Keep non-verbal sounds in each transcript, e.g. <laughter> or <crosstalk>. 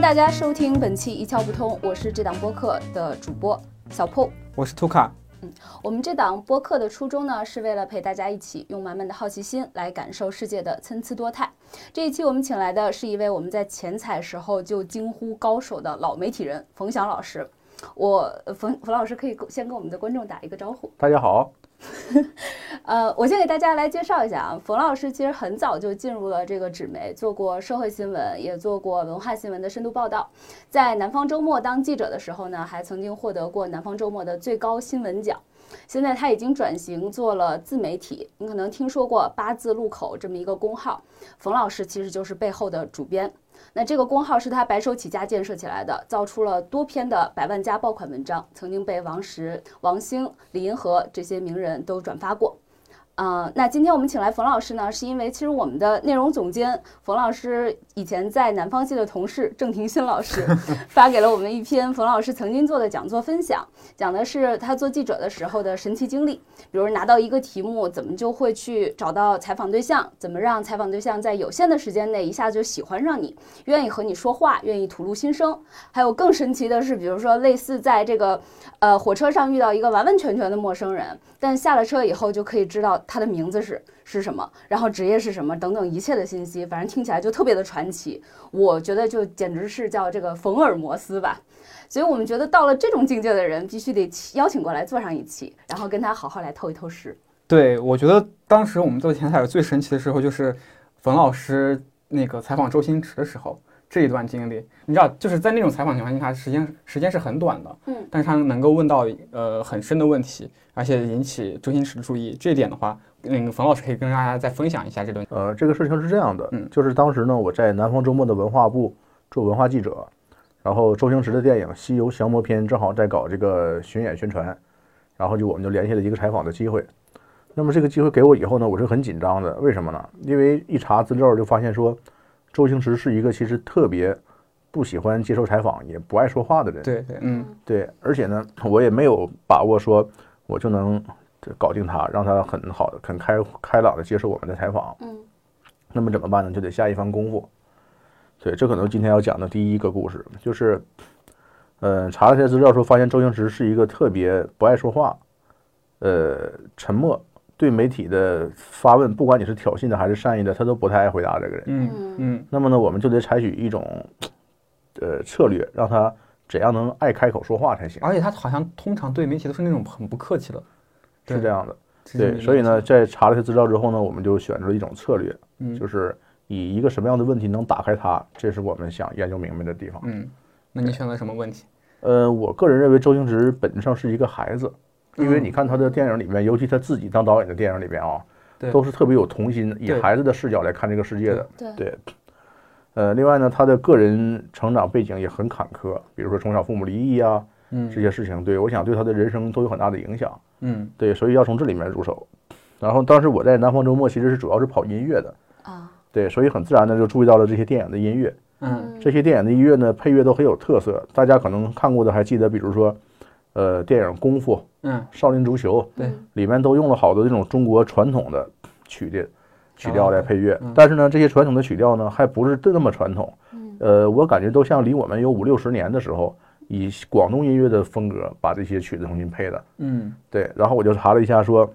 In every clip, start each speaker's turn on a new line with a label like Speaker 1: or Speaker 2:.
Speaker 1: 大家收听本期一窍不通，我是这档播客的主播小破。
Speaker 2: 我是图卡。
Speaker 1: 我们这档播客的初衷呢，是为了陪大家一起用满满的好奇心来感受世界的参差多态。这一期我们请来的是一位我们在前采时候就惊呼高手的老媒体人冯翔老师。我呃冯冯老师可以跟先跟我们的观众打一个招呼。
Speaker 3: 大家好，
Speaker 1: <laughs> 呃，我先给大家来介绍一下啊，冯老师其实很早就进入了这个纸媒，做过社会新闻，也做过文化新闻的深度报道。在南方周末当记者的时候呢，还曾经获得过南方周末的最高新闻奖。现在他已经转型做了自媒体，你可能听说过八字路口这么一个公号，冯老师其实就是背后的主编。那这个公号是他白手起家建设起来的，造出了多篇的百万加爆款文章，曾经被王石、王兴、李银河这些名人都转发过。呃，那今天我们请来冯老师呢，是因为其实我们的内容总监冯老师以前在南方系的同事郑庭新老师 <laughs> 发给了我们一篇冯老师曾经做的讲座分享，讲的是他做记者的时候的神奇经历，比如拿到一个题目，怎么就会去找到采访对象，怎么让采访对象在有限的时间内一下就喜欢上你，愿意和你说话，愿意吐露心声。还有更神奇的是，比如说类似在这个呃火车上遇到一个完完全全的陌生人，但下了车以后就可以知道他的名字是是什么，然后职业是什么等等一切的信息，反正听起来就特别的传奇。我觉得就简直是叫这个冯尔摩斯吧。所以我们觉得到了这种境界的人，必须得请邀请过来做上一期，然后跟他好好来透一透视。
Speaker 2: 对，我觉得当时我们做前采最神奇的时候，就是冯老师那个采访周星驰的时候这一段经历。你知道，就是在那种采访情况下，时间时间是很短的，
Speaker 1: 嗯，
Speaker 2: 但是他能够问到呃很深的问题，而且引起周星驰的注意，这一点的话，那个冯老师可以跟大家再分享一下这段。
Speaker 3: 呃，这个事情是这样的，
Speaker 2: 嗯
Speaker 3: 就是当时呢，我在南方周末的文化部做文化记者，然后周星驰的电影《西游降魔篇》正好在搞这个巡演宣传，然后就我们就联系了一个采访的机会。那么这个机会给我以后呢，我是很紧张的，为什么呢？因为一查资料就发现说，周星驰是一个其实特别不喜欢接受采访，也不爱说话的人。
Speaker 2: 对对，嗯，
Speaker 3: 对，而且呢，我也没有把握说我就能搞定他，让他很好的、很开开朗的接受我们的采访。
Speaker 1: 嗯
Speaker 3: 那么怎么办呢？就得下一番功夫。对，这可能今天要讲的第一个故事就是，呃，查了一些资料说，发现周星驰是一个特别不爱说话，呃，沉默，对媒体的发问，不管你是挑衅的还是善意的，他都不太爱回答这个人。
Speaker 2: 嗯嗯
Speaker 3: 那么呢，我们就得采取一种，呃，策略，让他怎样能爱开口说话才行，
Speaker 2: 而且他好像通常对媒体都是那种很不客气的，对
Speaker 3: 是这样的。
Speaker 2: 是这么一
Speaker 3: 对，
Speaker 2: 个
Speaker 3: 所以呢，
Speaker 2: 情
Speaker 3: 在查了一些资料之后呢，我们就选出了一种策略，
Speaker 2: 嗯
Speaker 3: 就是以一个什么样的问题能打开它，这是我们想研究明白的地方。
Speaker 2: 况，嗯，那你选择什么问题？
Speaker 3: 呃，我个人认为周星驰本质上是一个孩子，因
Speaker 2: 嗯
Speaker 3: 为你看他的电影里面，尤其他自己当导演的电影里面啊
Speaker 2: 对，
Speaker 3: 都是特别有童心，以
Speaker 2: 对
Speaker 3: 孩子的视角来看这个世界的。
Speaker 1: 对
Speaker 3: 对，呃，另外呢，他的个人成长背景也很坎坷，比如说从小父母离异啊，
Speaker 2: 嗯
Speaker 3: 这些事情，对我想对他的人生都有很大的影响。
Speaker 2: 嗯
Speaker 3: 对，所以要从这里面入手。然后当时我在南方周末其实是主要是跑音乐的，
Speaker 1: 啊，
Speaker 3: 对，所以很自然的就注意到了这些电影的音乐。
Speaker 2: 嗯
Speaker 3: 这些电影的音乐呢，配乐都很有特色，大家可能看过的还记得，比如说，呃，电影《功夫》
Speaker 2: 嗯，
Speaker 3: 《少林足球》
Speaker 2: 对，
Speaker 3: 里面都用了好多这种中国传统的曲的曲调来配乐
Speaker 2: 嗯，
Speaker 3: 但是呢，这些传统的曲调呢，还不是那么传统。
Speaker 1: 嗯
Speaker 3: 呃，我感觉都像离我们有五六十年的时候，以广东音乐的风格把这些曲子重新配的。
Speaker 2: 嗯
Speaker 3: 对，然后我就查了一下说，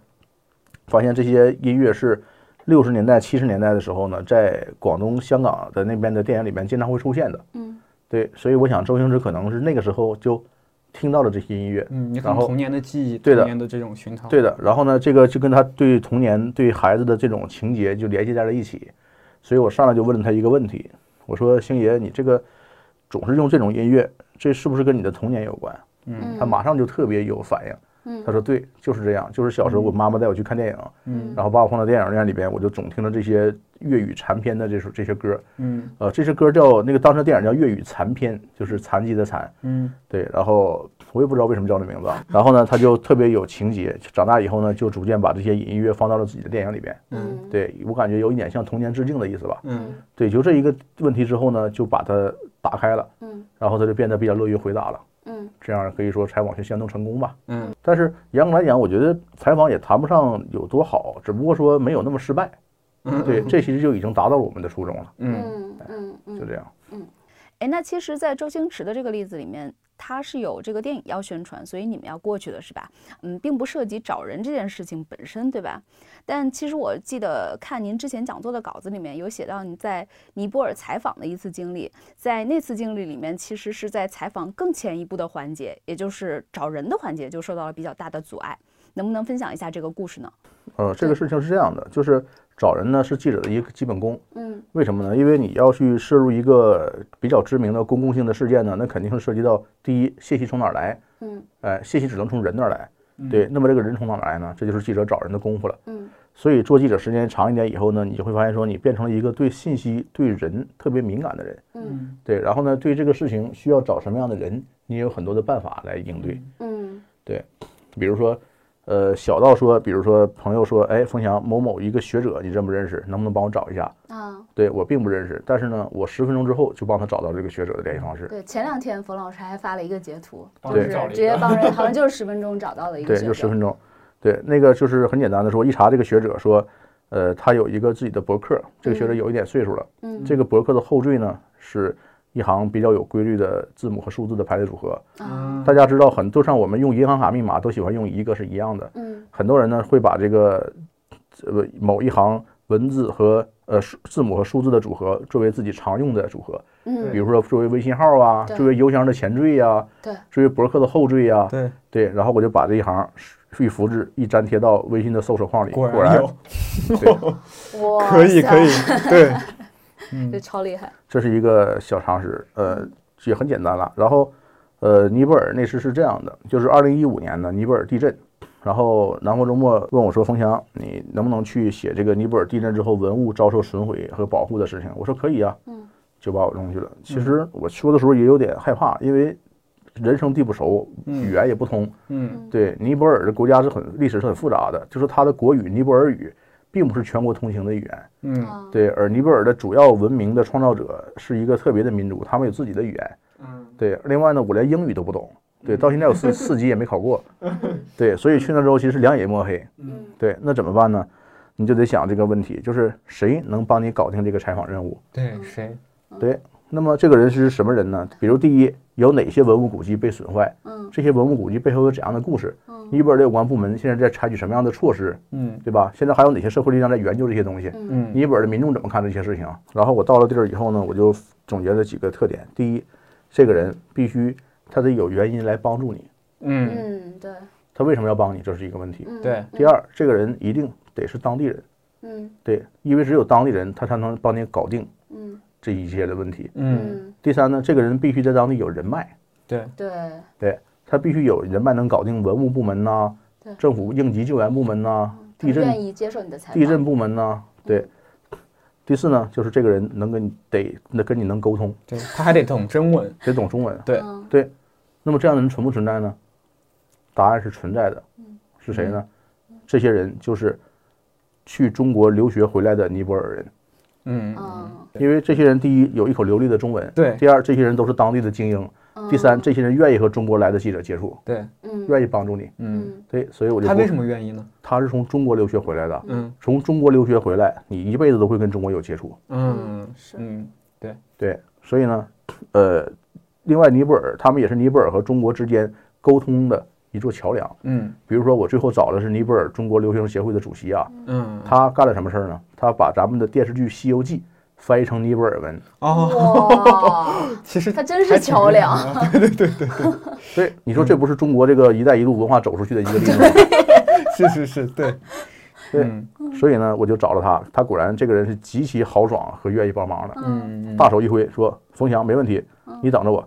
Speaker 3: 发现这些音乐是六十年代、七十年代的时候呢，在广东、香港的那边的电影里面经常会出现的。
Speaker 1: 嗯
Speaker 3: 对，所以我想周星驰可能是那个时候就听到了这些音乐。
Speaker 2: 嗯，你可
Speaker 3: 然
Speaker 2: 能
Speaker 3: 后
Speaker 2: 童年的记忆，
Speaker 3: 对的
Speaker 2: 童年的这种熏陶，
Speaker 3: 对的，然后呢，这个就跟他对童年、对孩子的这种情节就联系在了一起，所以我上来就问了他一个问题，我说：“星爷，你这个总是用这种音乐，这是不是跟你的童年有关？”
Speaker 1: 嗯
Speaker 3: 他马上就特别有反应，
Speaker 1: 嗯
Speaker 3: 他说：“对，就是这样，就是小时候我妈妈带我去看电影，
Speaker 2: 嗯
Speaker 3: 然后把我放到电影院里边，我就总听着这些粤语残片的这首这些歌，
Speaker 2: 嗯
Speaker 3: 呃，这些歌叫那个当时电影叫粤语残片，就是残疾的残，
Speaker 2: 嗯
Speaker 3: 对，然后我也不知道为什么叫这名字啊，然后呢，他就特别有情节，长大以后呢，就逐渐把这些音乐放到了自己的电影里边，
Speaker 2: 嗯
Speaker 1: 嗯
Speaker 3: 对我感觉有一点像童年致敬的意思吧，
Speaker 2: 嗯
Speaker 3: 对，就这一个问题之后呢，就把它打开了，
Speaker 1: 嗯
Speaker 3: 然后他就变得比较乐于回答了，
Speaker 1: 嗯
Speaker 3: 这样可以说采访就相当成功吧。
Speaker 2: 嗯
Speaker 3: 但是严格来讲，我觉得采访也谈不上有多好，只不过说没有那么失败。
Speaker 2: 嗯
Speaker 3: 对，这其实就已经达到我们的初衷了，
Speaker 2: 嗯
Speaker 1: 嗯嗯嗯
Speaker 3: 就这样。
Speaker 1: 哎，那其实，在周星驰的这个例子里面，他是有这个电影要宣传，所以你们要过去的是吧？嗯，并不涉及找人这件事情本身，对吧？但其实我记得看您之前讲座的稿子里面有写到您在尼泊尔采访的一次经历，在那次经历里面，其实是在采访更前一步的环节，也就是找人的环节，就受到了比较大的阻碍。能不能分享一下这个故事呢？
Speaker 3: 呃，这个事情是这样的，就是找人呢是记者的一个基本功。
Speaker 1: 嗯
Speaker 3: 为什么呢？因为你要去摄入一个比较知名的公共性的事件呢，那肯定是涉及到第一，信息从哪儿来？
Speaker 1: 嗯
Speaker 3: 哎，信息只能从人那儿来。
Speaker 2: 嗯
Speaker 3: 对，那么这个人从哪儿来呢？这就是记者找人的功夫了。
Speaker 1: 嗯
Speaker 3: 所以做记者时间长一点以后呢，你就会发现说，你变成了一个对信息、对人特别敏感的人。
Speaker 1: 嗯
Speaker 2: 嗯
Speaker 3: 对，然后呢，对这个事情需要找什么样的人，你也有很多的办法来应对。
Speaker 1: 嗯
Speaker 3: 比如说，呃，小到说，比如说朋友说，哎，冯翔某某一个学者，你认不认识？能不能帮我找一下？
Speaker 1: 啊，
Speaker 3: 对我并不认识，但是呢，我十分钟之后就帮他找到这个学者的联系方式。
Speaker 1: 对，前两天冯老师还发了一个截图，
Speaker 2: 帮
Speaker 1: 就是
Speaker 2: 人找了
Speaker 1: 直
Speaker 2: 一
Speaker 1: 接啊
Speaker 2: 个
Speaker 1: 帮人，好像就是十分钟找到了一个
Speaker 3: 对，
Speaker 1: 学
Speaker 3: 就
Speaker 1: 者
Speaker 3: 十分钟。对，那个就是很简单的说，一查这个学者说，呃，他有一个自己的博客，这个学者有一点岁数了，
Speaker 1: 嗯
Speaker 3: 这个博客的后缀呢是一行比较有规律的字母和数字的排列组合。
Speaker 2: 嗯
Speaker 1: 啊，
Speaker 3: 大家知道很，就像我们用银行卡密码都喜欢用一个是一样的，
Speaker 1: 嗯
Speaker 3: 很多人呢会把这个呃某一行文字和呃数字母和数字的组合作为自己常用的组合，
Speaker 1: 嗯
Speaker 3: 比如说作为微信号啊，
Speaker 1: 对
Speaker 3: 作为邮箱的前缀呀、
Speaker 1: 对
Speaker 3: 作为博客的后缀呀、啊
Speaker 2: 对，
Speaker 3: 对，然后我就把这一行一复制一粘贴到微信的搜索框里，果
Speaker 2: 然有，
Speaker 3: 对
Speaker 1: 哇，
Speaker 2: 可以可以，，对，嗯
Speaker 1: 这超厉害，
Speaker 3: 这是一个小常识，呃，也很简单了。然后，呃，尼泊尔那时是这样的，就是二零一五年的尼泊尔地震，然后南方周末问我说：“冯翔，你能不能去写这个尼泊尔地震之后文物遭受损毁和保护的事情？”我说：“可以啊。”
Speaker 1: 嗯，
Speaker 3: 就把我弄去了。其实我说的时候也有点害怕，因为人生地不熟，
Speaker 2: 嗯
Speaker 3: 语言也不通，
Speaker 2: <laughs> 嗯
Speaker 3: 对，尼泊尔的国家是很历史是很复杂的，就是它的国语尼泊尔语并不是全国通行的语言。
Speaker 2: 嗯
Speaker 1: 啊，
Speaker 3: 对，而尼泊尔的主要文明的创造者是一个特别的民族，他们有自己的语言。
Speaker 2: 嗯，
Speaker 3: 对，另外呢，我连英语都不懂，对，到现在有四四级也没考过。对，所以去那之后其实两眼摸黑。
Speaker 1: 嗯
Speaker 3: 对，那怎么办呢？你就得想这个问题，就是谁能帮你搞定这个采访任务？
Speaker 1: 嗯
Speaker 2: 对，谁？
Speaker 3: 那么这个人是什么人呢？比如第一，有哪些文物古迹被损坏？
Speaker 1: 嗯
Speaker 3: 这些文物古迹背后有怎样的故事？
Speaker 1: 嗯
Speaker 3: 尼泊尔的有关部门现在在采取什么样的措施？
Speaker 2: 嗯
Speaker 3: 对吧？现在还有哪些社会力量在研究这些东西？
Speaker 1: 嗯
Speaker 2: 嗯
Speaker 3: 尼泊尔的民众怎么看这些事情？然后我到了地儿以后呢，我就总结了几个特点：第一，这个人必须他得有原因来帮助你，
Speaker 2: 嗯
Speaker 1: 嗯，对，
Speaker 3: 他为什么要帮你，这是一个问题。
Speaker 1: 嗯
Speaker 2: 对，
Speaker 3: 第二，这个人一定得是当地人，
Speaker 1: 嗯
Speaker 3: 对，因为只有当地人，他才能帮你搞定
Speaker 1: 嗯
Speaker 3: 这一切的问题。
Speaker 2: 嗯，
Speaker 1: 嗯，
Speaker 3: 第三呢，这个人必须在当地有人脉，
Speaker 2: 对，
Speaker 1: 对，
Speaker 3: 他必须有人脉能搞定文物部门呐、
Speaker 1: 对
Speaker 3: 政府应急救援部门呐、
Speaker 1: 他
Speaker 3: 地
Speaker 1: 们
Speaker 3: 震
Speaker 1: 愿意接受你的采访，嗯
Speaker 3: 地震部门呢，对。第四呢，就是这个人能跟你得那跟你能沟通，
Speaker 2: 对，他还得懂中文，
Speaker 3: 得懂中文。
Speaker 2: 对
Speaker 1: 嗯
Speaker 3: 那么这样的人存不存在呢？答案是存在的
Speaker 1: 嗯。
Speaker 3: 是谁呢？这些人就是去中国留学回来的尼泊尔人，
Speaker 2: 嗯，
Speaker 1: 嗯
Speaker 3: 因为这些人第一有一口流利的中文，
Speaker 2: 对
Speaker 3: 第二这些人都是当地的精英，
Speaker 1: 嗯，
Speaker 3: 第三这些人愿意和中国来的记者接触，
Speaker 2: 对，
Speaker 1: 嗯
Speaker 3: 愿意帮助你。
Speaker 2: 嗯，
Speaker 1: 嗯
Speaker 3: 对，所以我就
Speaker 2: 他
Speaker 3: 不
Speaker 2: 为什么愿意呢？
Speaker 3: 他是从中国留学回来的，
Speaker 2: 嗯
Speaker 3: 从中国留学回来，你一辈子都会跟中国有接触。
Speaker 2: 嗯
Speaker 1: 是
Speaker 2: 嗯，
Speaker 3: 对，所以呢，呃，另外尼泊尔他们也是尼泊尔和中国之间沟通的一座桥梁。
Speaker 2: 嗯
Speaker 3: 比如说，我最后找的是尼泊尔中国留学生协会的主席啊，
Speaker 2: 嗯，
Speaker 3: 他干了什么事儿呢？他把咱们的电视剧《西游记》翻译成尼泊尔文。
Speaker 2: 哦，
Speaker 1: 哇，
Speaker 2: 其实
Speaker 1: 他真是
Speaker 2: 还挺
Speaker 1: 桥梁，
Speaker 2: 厉害的， <laughs>
Speaker 3: 对，
Speaker 2: 嗯
Speaker 3: 你说这不是中国这个“一带一路”文化走出去的一个例子吗？
Speaker 2: 是是是，对，
Speaker 3: 对
Speaker 2: 嗯
Speaker 3: 所以呢，我就找了他。他果然这个人是极其豪爽和愿意帮忙的，
Speaker 2: 嗯嗯，
Speaker 3: 大手一挥说：“冯翔，没问题，
Speaker 1: 嗯
Speaker 3: 你等着我。”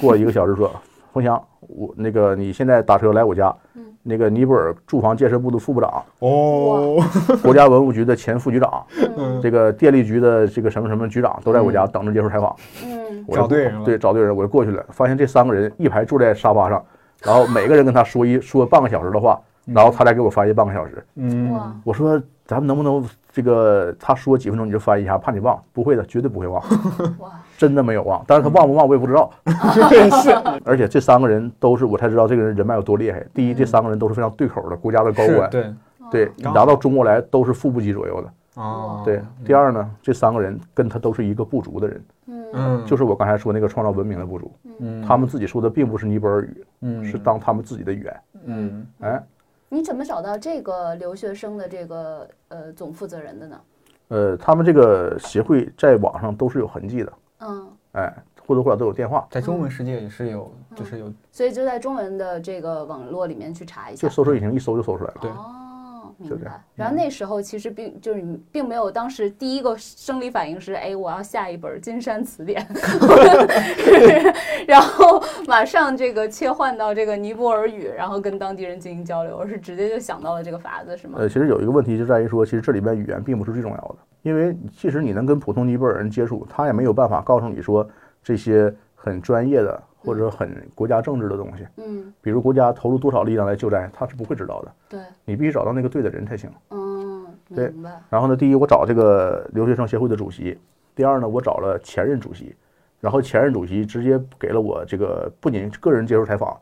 Speaker 3: 过了一个小时说：“冯翔，我那个你现在打车来我家
Speaker 1: 嗯，
Speaker 3: 那个尼泊尔住房建设部的副部长，
Speaker 2: 哦，
Speaker 3: 国家文物局的前副局长，
Speaker 1: 嗯
Speaker 3: 这个电力局的这个什么什么局长都在我家等着接受采访。
Speaker 1: 嗯
Speaker 3: 我就
Speaker 2: 找对人了
Speaker 3: 对，找对人，我就过去了，发现这三个人一排坐在沙发上，然后每个人跟他说一说半个小时的话，然后他来给我翻译半个小时。
Speaker 2: 嗯
Speaker 1: 哇，
Speaker 3: 我说咱们能不能这个他说几分钟你就翻译一下，怕你忘，不会的，绝对
Speaker 2: <laughs>
Speaker 3: 不会忘，
Speaker 1: 哇，
Speaker 3: 真的没有忘。但是他忘不忘我也不知道。
Speaker 2: 嗯
Speaker 3: <laughs>
Speaker 2: 对是
Speaker 3: 而且这三个人都是我才知道这个人人脉有多厉害。第一，
Speaker 2: 嗯
Speaker 3: 这三个人都是非常对口的国家的高
Speaker 2: 是
Speaker 3: 官，
Speaker 2: 对
Speaker 3: 对，你拿到中国来都是副部级左右的。
Speaker 2: 哦，
Speaker 3: 对，第二呢，这三个人跟他都是一个部族的人，
Speaker 1: 嗯
Speaker 2: 嗯，
Speaker 3: 就是我刚才说那个创造文明的部族，
Speaker 2: 嗯
Speaker 3: 他们自己说的并不是尼泊尔语，
Speaker 2: 嗯
Speaker 3: 是当他们自己的语言。
Speaker 2: 嗯
Speaker 3: 哎，
Speaker 1: 你怎么找到这个留学生的这个呃总负责人的呢？
Speaker 3: 呃，他们这个协会在网上都是有痕迹的，
Speaker 1: 嗯，
Speaker 3: 哎，或多或少都有电话，
Speaker 2: 在中文世界也是有，
Speaker 3: 嗯
Speaker 2: 就是有
Speaker 1: 所以就在中文的这个网络里面去查一下
Speaker 3: 就。搜索引擎一搜就搜出来了。
Speaker 2: 对
Speaker 1: 哦，明
Speaker 3: 就这
Speaker 1: 白
Speaker 3: 样。
Speaker 1: 然后那时候其实并就是你并没有当时第一个生理反应是，哎，我要下一本《金山词典》， <laughs> 然后马上这个切换到这个尼泊尔语，然后跟当地人进行交流，而是直接就想到了这个法子，是吗？
Speaker 3: 呃，其实有一个问题就在于说，其实这里面语言并不是最重要的，因为你即使你能跟普通尼泊尔人接触，他也没有办法告诉你说这些很专业的或者很国家政治的东西，
Speaker 1: 嗯，
Speaker 3: 比如国家投入多少力量来救灾，他是不会知道的。
Speaker 1: 对，
Speaker 3: 你必须找到那个对的人才行。
Speaker 1: 嗯，
Speaker 3: 对
Speaker 1: 明白。
Speaker 3: 然后呢，第一，我找这个留学生协会的主席；第二呢，我找了前任主席，然后前任主席直接给了我这个不仅个人接受采访，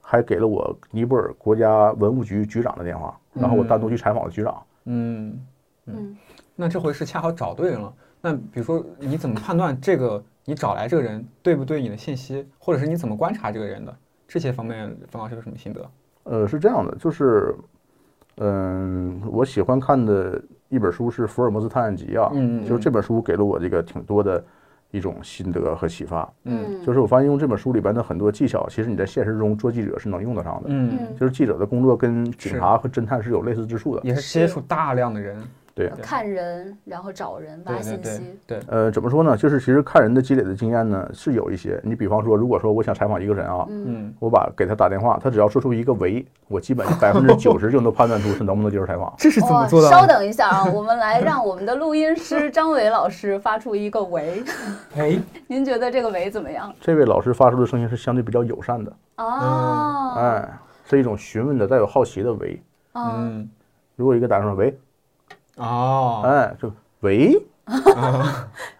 Speaker 3: 还给了我尼泊尔国家文物局局长的电话，然后我单独去采访了局长。
Speaker 2: 嗯
Speaker 1: 嗯
Speaker 2: 那这回是恰好找对人了。那比如说，你怎么判断这个你找来这个人对不对你的信息，或者是你怎么观察这个人的？这些方面，冯老师有什么心得？
Speaker 3: 呃，是这样的，就是，嗯，我喜欢看的一本书是《福尔摩斯探案集》啊，
Speaker 2: 嗯嗯
Speaker 3: 就是这本书给了我这个挺多的一种心得和启发。
Speaker 1: 嗯，
Speaker 3: 就是我发现用这本书里边的很多技巧，其实你在现实中做记者是能用得上的。
Speaker 2: 嗯，
Speaker 1: 嗯，
Speaker 3: 就是记者的工作跟警
Speaker 2: 是
Speaker 3: 察和侦探是有类似之处的。
Speaker 2: 也是接触大量的人，
Speaker 3: 对，
Speaker 1: 嗯看人，然后找人，挖
Speaker 2: 对
Speaker 1: 信
Speaker 2: 对
Speaker 1: 息。嗯
Speaker 2: 对，
Speaker 3: 呃，怎么说呢？就是其实看人的积累的经验呢是有一些。你比方说，如果说我想采访一个人啊，
Speaker 2: 嗯。
Speaker 3: 我把给他打电话，他只要说出一个“喂”，我基本百分之九十就能判断出是能不能接受采访
Speaker 2: 这是怎
Speaker 3: 哦
Speaker 2: 么做
Speaker 1: 稍
Speaker 2: 到的？
Speaker 1: 等一下啊，我们来让我们的录音师张伟老师发出一个“ <laughs> 喂
Speaker 2: 哎，”，
Speaker 1: 您觉得这个“喂”怎么样？
Speaker 3: 这位老师发出的声音是相对比较友善的，
Speaker 1: 哦，
Speaker 3: 哎，是一种询问的带有好奇的“喂
Speaker 1: 啊，
Speaker 2: 嗯，”。
Speaker 3: 如果一个打电话“喂
Speaker 2: 哦”，，
Speaker 3: 哎，就“喂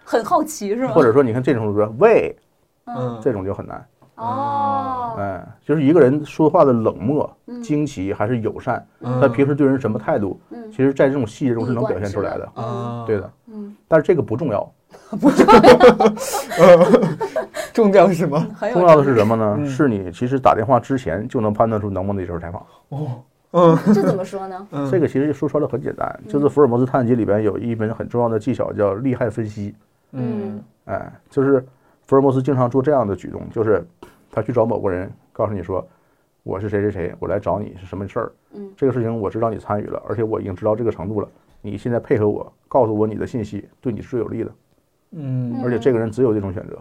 Speaker 1: 很好奇是”，吗？
Speaker 3: 或者说你看这种说“喂
Speaker 2: 嗯”，
Speaker 3: 这种就很难，
Speaker 1: 哦，
Speaker 3: 哎，就是一个人说话的冷漠、惊奇还是友善，
Speaker 2: 嗯
Speaker 3: 他平时对人什么态度，
Speaker 1: 嗯
Speaker 3: 其实在这种细节中是能表现出来的。
Speaker 2: 啊，
Speaker 3: 对的，
Speaker 1: 嗯，
Speaker 3: 但是这个不重要，
Speaker 2: 重调是什么？
Speaker 1: 很有
Speaker 3: 重要的是什么呢？
Speaker 2: 嗯
Speaker 3: 是你其实打电话之前就能判断出能不能接受采访。
Speaker 2: 哦，
Speaker 1: 这怎么说
Speaker 3: <laughs>
Speaker 1: 呢？
Speaker 2: 嗯，
Speaker 3: 这个其实说穿了很简单，就是福尔摩斯探案集里边有一门很重要的技巧叫利害分析。
Speaker 2: 嗯
Speaker 3: 哎，就是福尔摩斯经常做这样的举动，就是他去找某个人，告诉你说我是谁谁谁，我来找你是什么事儿。
Speaker 1: 嗯，
Speaker 3: 这个事情我知道你参与了，而且我已经知道这个程度了。你现在配合我，告诉我你的信息，对你是最有利的。
Speaker 2: 嗯
Speaker 3: 而且这个人只有这种选择。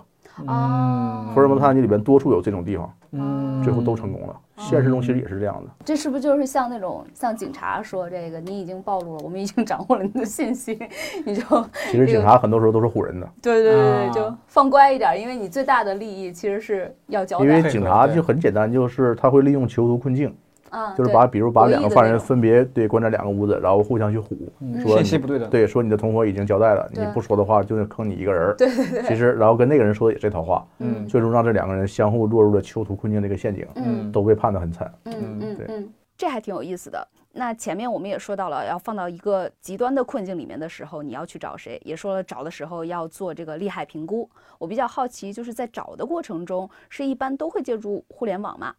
Speaker 1: 哦
Speaker 3: 福尔摩斯探案集里边多处有这种地方，
Speaker 2: 嗯，
Speaker 3: 最后都成功了。现实中其实也是这样的。
Speaker 1: 这是不是就是像那种像警察说这个你已经暴露了，我们已经掌握了你的信息，你就
Speaker 3: 其实警察很多时候都是唬人的，
Speaker 1: 对对对对，
Speaker 2: 啊
Speaker 1: 就放乖一点，因为你最大的利益其实是要交
Speaker 3: 因为
Speaker 1: 代。
Speaker 3: 警察就很简单，就是他会利用囚徒困境，
Speaker 1: 啊，
Speaker 3: 就是
Speaker 1: 对
Speaker 3: 把比如把
Speaker 1: 博弈
Speaker 3: 两个
Speaker 1: 的
Speaker 3: 犯
Speaker 1: 那
Speaker 3: 人
Speaker 1: 种
Speaker 3: 分别对关在两个屋子，然后互相去唬，说
Speaker 2: 嗯信
Speaker 3: 你
Speaker 2: 息不对的，
Speaker 3: 对，说你的同伙已经交代了，你
Speaker 1: 对
Speaker 3: 不说的话就坑你一个人 <laughs> 儿。对对对。其实，然后跟那个人说的也这套话，
Speaker 2: 嗯
Speaker 3: 最终让这两个人相互落入了囚徒困境这个陷阱，
Speaker 1: 嗯
Speaker 3: 都被判得很惨。
Speaker 1: 嗯嗯
Speaker 3: 对
Speaker 1: 嗯，这还挺有意思的。那前面我们也说到了，要放到一个极端的困境里面的时候，你要去找谁？也说了，找的时候要做这个利害评估。我比较好奇，就是在找的过程中，是一般都会借助互联网吗？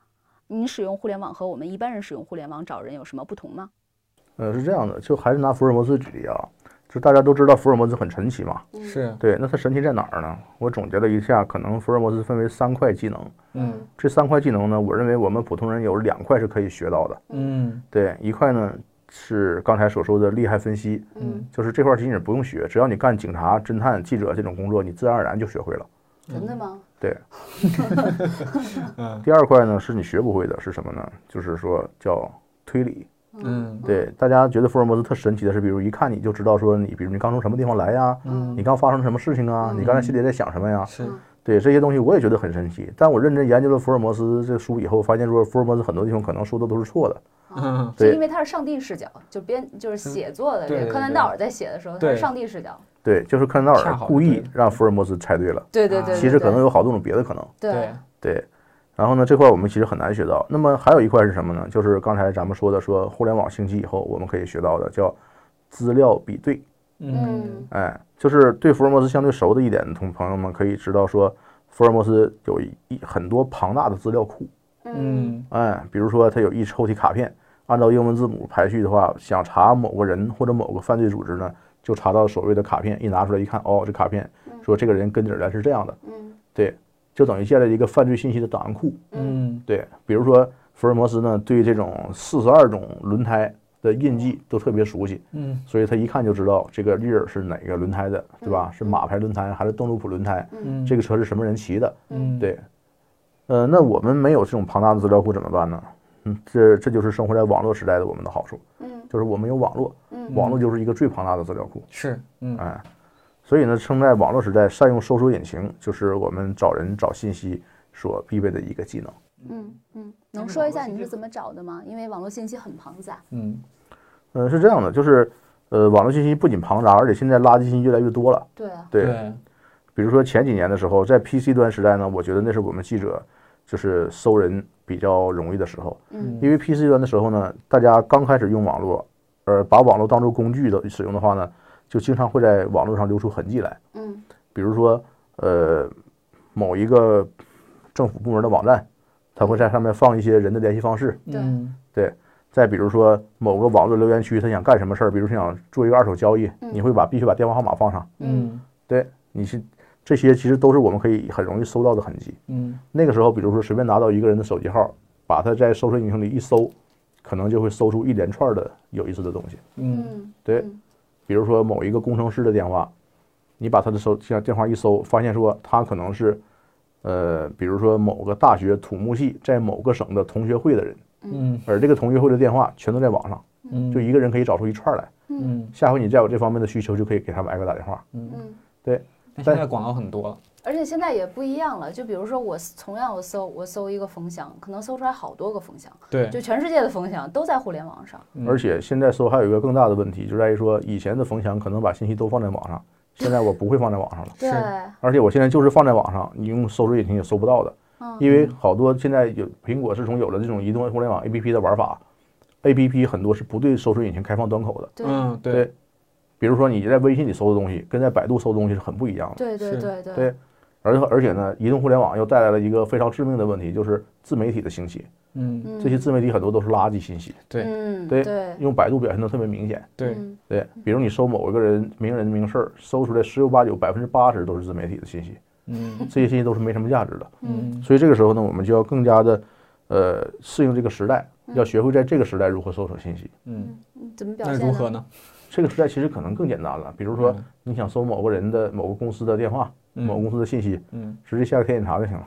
Speaker 1: 你使用互联网和我们一般人使用互联网找人有什么不同吗？
Speaker 3: 呃，是这样的，就还是拿福尔摩斯举例啊，就大家都知道福尔摩斯很神奇嘛，
Speaker 2: 是，
Speaker 3: 对，那它神奇在哪儿呢？我总结了一下，可能福尔摩斯分为三块技能，
Speaker 2: 嗯
Speaker 3: 这三块技能呢，我认为我们普通人有两块是可以学到的。
Speaker 2: 嗯
Speaker 3: 对，一块呢是刚才所说的利害分析，
Speaker 2: 嗯，
Speaker 3: 就是这块儿其实你不用学，只要你干警察、侦探、记者这种工作，你自然而然就学会了。
Speaker 1: 真的吗？
Speaker 3: 对，
Speaker 2: 嗯
Speaker 3: <laughs> 第二块呢是你学不会的，是什么呢？就是说叫推理。
Speaker 2: 嗯
Speaker 3: 对，大家觉得福尔摩斯特神奇的是，比如一看你就知道说你，比如你刚从什么地方来呀，
Speaker 2: 嗯
Speaker 3: 你刚发生什么事情啊，你刚才心里在想什么呀？
Speaker 2: 是，
Speaker 3: 对这些东西我也觉得很神奇。但我认真研究了福尔摩斯这书以后，发现说福尔摩斯很多地方可能说的都是错的。
Speaker 2: 嗯
Speaker 1: 是
Speaker 3: 对
Speaker 1: 因为他是上帝视角，就编就是写作的这
Speaker 2: 对
Speaker 1: 个
Speaker 2: 对
Speaker 1: 柯南
Speaker 2: 对
Speaker 1: 道尔在写的时候，他
Speaker 2: 对
Speaker 1: 是上帝视角。
Speaker 3: 对，就是柯南道
Speaker 2: 恰
Speaker 3: 尔
Speaker 2: 好
Speaker 3: 故意
Speaker 2: 对
Speaker 3: 让福尔摩斯猜对了。
Speaker 1: 对对对，对
Speaker 3: 其实可能
Speaker 1: 对
Speaker 3: 有好多种别的可能。
Speaker 2: 嗯
Speaker 1: 对，
Speaker 3: 对，然后呢，这块我们其实很难学到。那么还有一块是什么呢？就是刚才咱们说的，说互联网兴起以后，我们可以学到的叫资料比对。
Speaker 1: 嗯
Speaker 3: 哎，就是对福尔摩斯相对熟的一点的同朋友们可以知道说，福尔摩斯有一一很多庞大的资料库，
Speaker 1: 嗯
Speaker 2: 嗯
Speaker 3: 哎，比如说他有一抽屉卡片，按照英文字母排序的话，想查某个人或者某个犯罪组织呢，就查到所谓的卡片，一拿出来一看，哦，这卡片说这个人跟底儿来是这样的，
Speaker 1: 嗯
Speaker 3: 对，就等于建立了一个犯罪信息的档案库。
Speaker 2: 嗯
Speaker 3: 对，比如说福尔摩斯呢，对这种四十二种轮胎的印记都特别熟悉，
Speaker 2: 嗯
Speaker 3: 所以他一看就知道这个粒儿是哪个轮胎的，对吧？是马牌轮胎还是邓禄普轮胎？
Speaker 2: 嗯，
Speaker 3: 这个车是什么人骑的？
Speaker 2: 嗯，
Speaker 3: 对，呃，那我们没有这种庞大的资料库怎么办呢？嗯，这这就是生活在网络时代的我们的好处，
Speaker 1: 嗯
Speaker 3: 就是我们有网络，
Speaker 1: 嗯
Speaker 3: 网络就是一个最庞大的资料库，
Speaker 2: 是，嗯
Speaker 3: 哎，所以呢，生在网络时代，善用搜索引擎就是我们找人找信息所必备的一个技能。
Speaker 1: 嗯嗯，
Speaker 2: 那
Speaker 1: 能
Speaker 2: 个
Speaker 1: 说
Speaker 2: 网
Speaker 1: 一
Speaker 2: 络
Speaker 1: 下
Speaker 2: 信
Speaker 1: 你
Speaker 2: 息
Speaker 1: 是怎么找的吗？因为网络信息很庞杂。
Speaker 2: 嗯
Speaker 3: 嗯，是这样的，就是呃，网络信息不仅庞杂，而且现在垃圾信息越来越多了。
Speaker 1: 对啊，
Speaker 3: 对，比如说前几年的时候，在 PC 端时代呢，我觉得那是我们记者就是搜人比较容易的时候，
Speaker 1: 嗯
Speaker 3: 因为 PC 端的时候呢，大家刚开始用网络，呃，把网络当做工具的使用的话呢，就经常会在网络上留出痕迹来，
Speaker 1: 嗯
Speaker 3: 比如说呃，某一个政府部门的网站，它会在上面放一些人的联系方式，
Speaker 1: 对
Speaker 2: 嗯
Speaker 3: 再比如说某个网络留言区，他想干什么事儿，比如说想做一个二手交易，
Speaker 1: 嗯
Speaker 3: 你会把必须把电话号码放上。
Speaker 2: 嗯
Speaker 3: 你是这些其实都是我们可以很容易搜到的痕迹。
Speaker 2: 嗯
Speaker 3: 那个时候，比如说随便拿到一个人的手机号，把他在搜索引擎里一搜，可能就会搜出一连串的有意思的东西。
Speaker 2: 嗯
Speaker 1: 嗯，
Speaker 3: 对
Speaker 1: 嗯
Speaker 3: 比如说某一个工程师的电话，你把他的手机电话一搜，发现说他可能是，呃，比如说某个大学土木系在某个省的同学会的人，
Speaker 2: 嗯
Speaker 3: 而这个同学会的电话全都在网上，
Speaker 2: 嗯，
Speaker 3: 就一个人可以找出一串来。
Speaker 2: 嗯，
Speaker 3: 下回你再有这方面的需求，就可以给他们挨个打电话。
Speaker 1: 嗯，
Speaker 2: 但现在广告很多了，
Speaker 1: 而且现在也不一样了。就比如说我同样我搜我搜一个风向，可能搜出来好多个风向，
Speaker 2: 对，
Speaker 1: 就全世界的风向都在互联网上。
Speaker 2: 嗯
Speaker 3: 而且现在搜还有一个更大的问题，就在于说以前的冯翔可能把信息都放在网上，现在我不会放在网
Speaker 1: <laughs>
Speaker 3: 上了，
Speaker 1: 对，
Speaker 3: 而且我现在就是放在网上，你用搜索引擎也搜不到的，
Speaker 1: 嗯
Speaker 3: 因为好多现在有苹果自从有了这种移动互联网 APP 的玩法，APP 很多是不对搜索引擎开放端口的，
Speaker 1: 对
Speaker 2: 嗯对，
Speaker 3: 对比如说你在微信里搜的东西跟在百度搜的东西是很不一样的，
Speaker 1: 对对
Speaker 2: 是
Speaker 1: 对对
Speaker 3: 对而而且呢，移动互联网又带来了一个非常致命的问题，就是自媒体的兴起，
Speaker 2: 嗯
Speaker 1: 嗯
Speaker 3: 这些自媒体很多都是垃圾信息，
Speaker 2: 对
Speaker 1: 嗯
Speaker 3: 对
Speaker 1: 对
Speaker 3: 用百度表现的特别明显。
Speaker 2: 对，
Speaker 1: 嗯
Speaker 3: 对，比如你搜某一个人名人名事儿，搜出来十有八九百分之八十都是自媒体的信息，
Speaker 2: 嗯
Speaker 3: 这些信息都是没什么价值的。
Speaker 2: 嗯
Speaker 3: 所以这个时候呢，我们就要更加的，呃，适应这个时代，要学会在这个时代如何搜索信息。
Speaker 2: 嗯，
Speaker 1: 嗯怎么表
Speaker 2: 那
Speaker 1: 现呢？
Speaker 2: 如何呢？
Speaker 3: 这个时代其实可能更简单了，比如说
Speaker 2: 嗯
Speaker 3: 你想搜某个人的某个公司的电话、某个公司的信息，
Speaker 2: 嗯
Speaker 3: 直接下个天眼查就行了。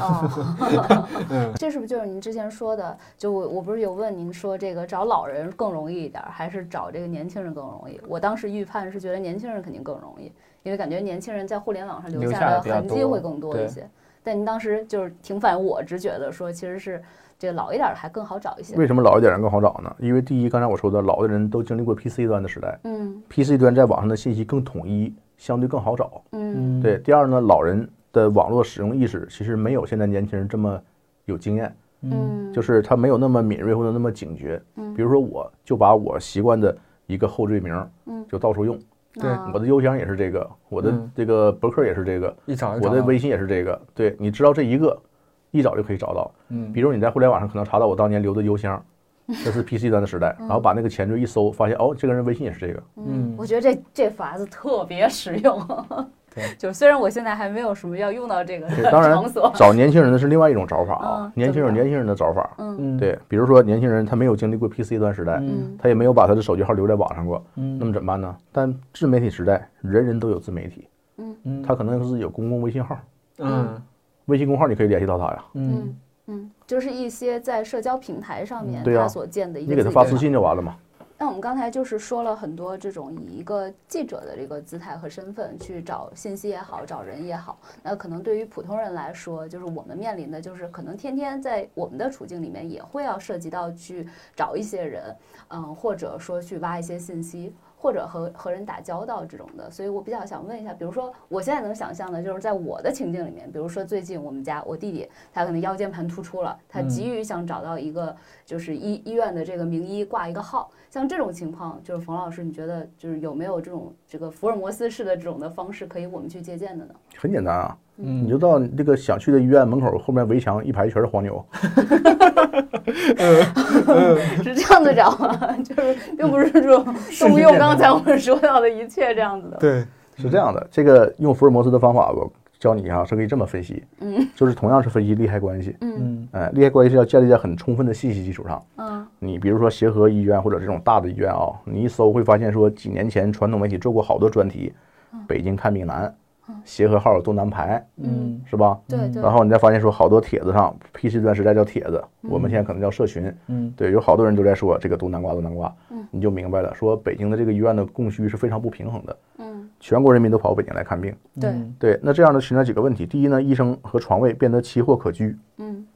Speaker 1: 哦，这是不是就是您之前说的？就我我不是有问您说这个找老人更容易一点儿，还是找这个年轻人更容易？我当时预判是觉得年轻人肯定更容易，因为感觉年轻人在互联网上留
Speaker 2: 留
Speaker 1: 下
Speaker 2: 下的
Speaker 1: 的
Speaker 2: 比较
Speaker 1: 痕迹
Speaker 2: 多
Speaker 1: 会更多一
Speaker 2: 对
Speaker 1: 些。但您当时就是挺反我直觉的，说其实是这个老一点儿的还更好找一些。
Speaker 3: 为什么老一点人更好找呢？因为第一，刚才我说的，老的人都经历过 PC 端的时代
Speaker 1: 嗯
Speaker 3: ，PC 端在网上的信息更统一，相对更好找。
Speaker 1: 嗯
Speaker 2: 嗯
Speaker 3: 对，第二呢，老人的网络使用意识其实没有现在年轻人这么有经验，
Speaker 1: 嗯，
Speaker 3: 就是他没有那么敏锐或者那么警觉。比如说，我就把我习惯的一个后缀名儿，
Speaker 1: 嗯
Speaker 3: 就到处用，
Speaker 2: 对
Speaker 1: 啊
Speaker 3: 我的邮箱也是这个，我的
Speaker 2: 嗯
Speaker 3: 这个博客也是这个，
Speaker 2: 一找就
Speaker 3: 我
Speaker 2: 找
Speaker 3: 的
Speaker 2: 到
Speaker 3: 微信也是这个。对，你知道这一个，一找就可以找到。
Speaker 2: 嗯
Speaker 3: 比如你在互联网上可能查到我当年留的邮
Speaker 1: <laughs>
Speaker 3: 箱，这是 PC 端的时
Speaker 1: 嗯
Speaker 3: 代，然后把那个前缀一搜，发现哦，这个人微信也是这个。
Speaker 2: 嗯
Speaker 1: 我觉得这这法子特别实用。
Speaker 2: 对，
Speaker 1: <laughs> 就是虽然我现在还没有什么要用到这个
Speaker 3: 对
Speaker 1: 的
Speaker 3: 当然
Speaker 1: 场所，
Speaker 3: 找年轻人的是另外一种找法啊，
Speaker 1: 哦嗯
Speaker 3: 年轻人有
Speaker 1: 怎么找
Speaker 3: 年轻人的找法。
Speaker 2: 嗯
Speaker 3: 对，比如说年轻人他没有经历过 PC 端时代，
Speaker 1: 嗯
Speaker 3: 他也没有把他的手机号留在网上过，
Speaker 2: 嗯
Speaker 3: 那么怎么办呢？但自媒体时代，人人都有自媒体，
Speaker 2: 嗯
Speaker 3: 他可能是有公共微信号，
Speaker 2: 嗯
Speaker 3: 微信公号你可以联系到他呀，
Speaker 2: 嗯
Speaker 1: 嗯，就是一些在社交平台上面
Speaker 3: 对啊
Speaker 1: 他所建的一个、
Speaker 3: 你给他发私。信就完了嘛。
Speaker 1: 那我们刚才就是说了很多这种以一个记者的这个姿态和身份去找信息也好，找人也好，那可能对于普通人来说，就是我们面临的就是可能天天在我们的处境里面也会要涉及到去找一些人，嗯，或者说去挖一些信息。或者和和人打交道这种的。所以我比较想问一下，比如说我现在能想象的就是在我的情境里面，比如说最近我们家我弟弟他可能腰间盘突出了，他急于想找到一个就是医医院的这个名医挂一个号，像这种情况，就是冯老师，你觉得就是有没有这种这个福尔摩斯式的这种的方式可以我们去借鉴的呢？ <laughs>
Speaker 3: 很简单啊，
Speaker 2: 嗯
Speaker 3: 你就到这个想去的医院门口后面围墙一排全是黄牛，
Speaker 2: 嗯
Speaker 1: 是这样的找吗？ <laughs> 就是并不是这种动用刚才我们说到的一切这样子的。
Speaker 2: 对，
Speaker 3: 是这样的，这个用福尔摩斯的方法，我教你啊，是可以这么分析，
Speaker 1: 嗯，
Speaker 3: 就是同样是分析利害关系，
Speaker 2: 嗯
Speaker 3: 哎，利害关系要建立在很充分的信息基础上。
Speaker 1: 嗯
Speaker 3: 你比如说协和医院或者这种大的医院啊，你一搜会发现说，几年前传统媒体做过好多专题，
Speaker 1: 嗯
Speaker 3: 北京看病难，协和号有东南牌，
Speaker 2: 嗯
Speaker 3: 是吧？
Speaker 1: 对嗯对。
Speaker 3: 然后你再发现说，好多帖子上，PC 端时代叫帖子，
Speaker 1: 嗯
Speaker 3: 我们现在可能叫社群，
Speaker 2: 嗯
Speaker 3: 对，有好多人都在说这个东南瓜，东南瓜，
Speaker 1: 嗯
Speaker 3: 你就明白了，说北京的这个医院的供需是非常不平衡的，
Speaker 1: 嗯，
Speaker 3: 全国人民都跑北京来看病，
Speaker 1: 对
Speaker 2: 嗯
Speaker 3: 对，那这样呢存在几个问题，第一呢，医生和床位变得奇货可居，
Speaker 1: 嗯，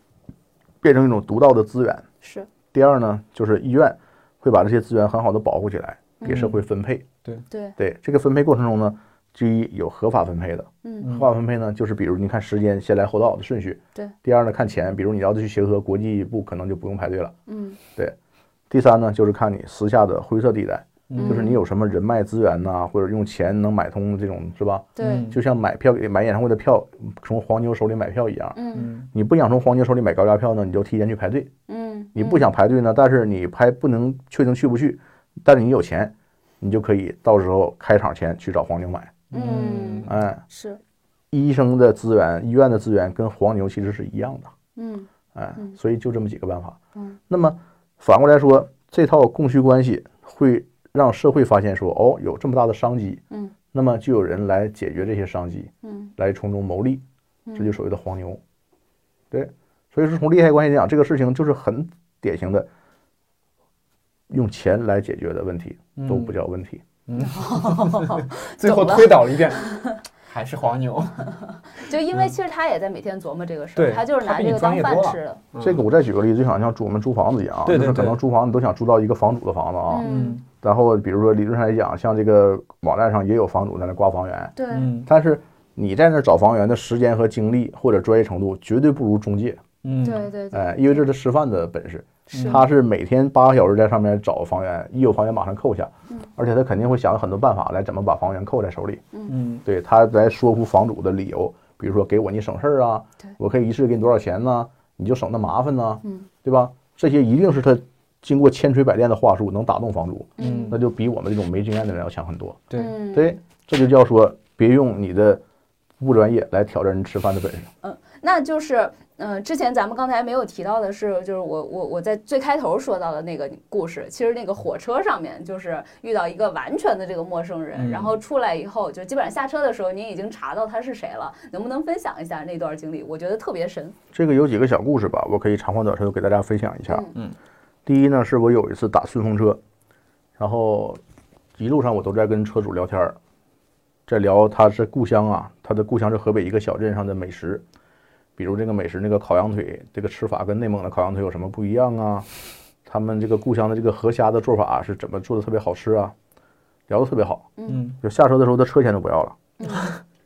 Speaker 3: 变成一种独到的资源；
Speaker 1: 是
Speaker 3: 第二呢，就是医院会把这些资源很好的保护起来，给社会分配。
Speaker 1: 嗯对，
Speaker 3: 对，这个分配过程中呢，第一有合法分配的，
Speaker 1: 嗯
Speaker 3: 合法分配呢，就是比如你看时间先来后到的顺序。
Speaker 1: 对。
Speaker 3: 第二呢，看钱，比如你要是去协和国际部，可能就不用排队了。
Speaker 1: 嗯
Speaker 3: 第三呢，就是看你私下的灰色地带，
Speaker 2: 嗯
Speaker 3: 就是你有什么人脉资源呐、或者用钱能买通这种，是吧？
Speaker 1: 对，
Speaker 3: 就像买票买演唱会的票，从黄牛手里买票一样。
Speaker 1: 嗯
Speaker 2: 嗯
Speaker 3: 你不想从黄牛手里买高价票呢，你就提前去排队。
Speaker 1: 嗯，
Speaker 3: 你不想排队呢，但是你排不能确定去不去，但是你有钱，你就可以到时候开场前去找黄牛买。
Speaker 1: 嗯
Speaker 3: 哎，
Speaker 1: 是
Speaker 3: 医生的资源、医院的资源跟黄牛其实是一样的。
Speaker 1: 嗯
Speaker 3: 哎
Speaker 1: 嗯，
Speaker 3: 所以就这么几个办法。
Speaker 1: 嗯，
Speaker 3: 那么反过来说，这套供需关系会让社会发现说，哦，有这么大的商机。
Speaker 1: 嗯，
Speaker 3: 那么就有人来解决这些商机，
Speaker 1: 嗯
Speaker 3: 来从中牟利，这就
Speaker 1: 嗯
Speaker 3: 所谓的黄牛。对，所以说从利害关系讲，这个事情就是很典型的用钱来解决的问题，
Speaker 2: 嗯
Speaker 3: 都不叫问题。
Speaker 2: 最后
Speaker 1: 懂了
Speaker 2: 推导了 <laughs> 一遍，还是黄 <laughs> 牛。
Speaker 1: 就因为其实他也在每天琢磨这个事儿，
Speaker 2: 对
Speaker 1: 他就是拿
Speaker 2: 他比
Speaker 1: 这
Speaker 2: 你
Speaker 1: 个当
Speaker 2: 专业
Speaker 1: 饭
Speaker 2: 多了
Speaker 1: 吃的。
Speaker 3: 这个我再举个例子，就想像租我们租房子一样啊，
Speaker 2: 嗯对对
Speaker 3: 就是可
Speaker 2: 对
Speaker 3: 能租房你都想租到一个房主的房子啊。
Speaker 1: 嗯，
Speaker 3: 然后比如说理论上来讲，像这个网站上也有房主在那挂房源，
Speaker 1: 对，
Speaker 2: 嗯
Speaker 3: 但是你在那找房源的时间和精力或者专业程度绝对不如中介，
Speaker 2: 嗯，
Speaker 1: 对对对，
Speaker 3: 哎，因为这是吃饭的本事。
Speaker 1: 是嗯
Speaker 3: 他是每天八个小时在上面找房源，一有房源马上扣下，
Speaker 1: 嗯
Speaker 3: 而且他肯定会想很多办法来怎么把房源扣在手里。
Speaker 2: 嗯
Speaker 3: 对他来说服房主的理由，比如说给我你省事儿啊
Speaker 1: 对，
Speaker 3: 我可以一次给你多少钱呢？你就省那麻烦呢，
Speaker 1: 嗯
Speaker 3: 对吧？这些一定是他经过千锤百炼的话术能打动房主，
Speaker 1: 嗯
Speaker 3: 那就比我们这种没经验的人要强很多。
Speaker 2: 对
Speaker 1: 嗯
Speaker 3: 对，这就叫说别用你的不专业来挑战人吃饭的本事。
Speaker 1: 那就是，嗯、之前咱们刚才没有提到的是，就是我我我在最开头说到的那个故事，其实那个火车上面就是遇到一个完全的这个陌生人，
Speaker 2: 嗯
Speaker 1: 然后出来以后，就基本上下车的时候，您已经查到他是谁了，能不能分享一下那段经历？我觉得特别神。
Speaker 3: 这个有几个小故事吧，我可以长话短说给大家分享一下。
Speaker 1: 嗯
Speaker 3: 第一呢，是我有一次打顺风车，然后一路上我都在跟车主聊天儿，在聊他是故乡啊，他的故乡是河北一个小镇上的美食，比如这个美食那个烤羊腿，这个吃法跟内蒙的烤羊腿有什么不一样啊？他们这个故乡的这个河虾的做法是怎么做的特别好吃啊？聊得特别好，
Speaker 2: 嗯
Speaker 3: 就下车的时候他车钱都不要了，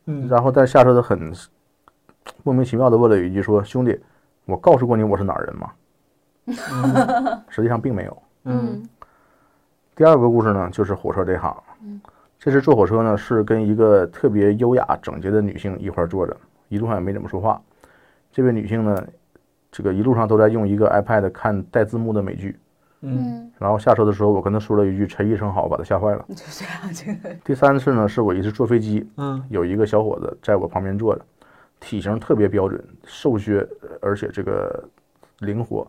Speaker 2: 嗯
Speaker 3: 然后但下车的很莫名其妙的问了一句说：“兄弟，我告诉过你我是哪儿人吗？”实际上并没有。
Speaker 2: 嗯
Speaker 3: 第二个故事呢，就是火车这行。这次坐火车呢，是跟一个特别优雅整洁的女性一块儿坐着，一路上也没怎么说话。这位女性呢，这个一路上都在用一个 iPad 看带字幕的美剧。
Speaker 2: 嗯
Speaker 3: 然后下车的时候，我跟她说了一句“陈医生好”，把她吓坏了。
Speaker 1: <laughs> 就这样，这个
Speaker 3: 第三次呢，是我一次坐飞机，
Speaker 2: 嗯
Speaker 3: 有一个小伙子在我旁边坐着，体型特别标准，瘦削，而且这个灵活，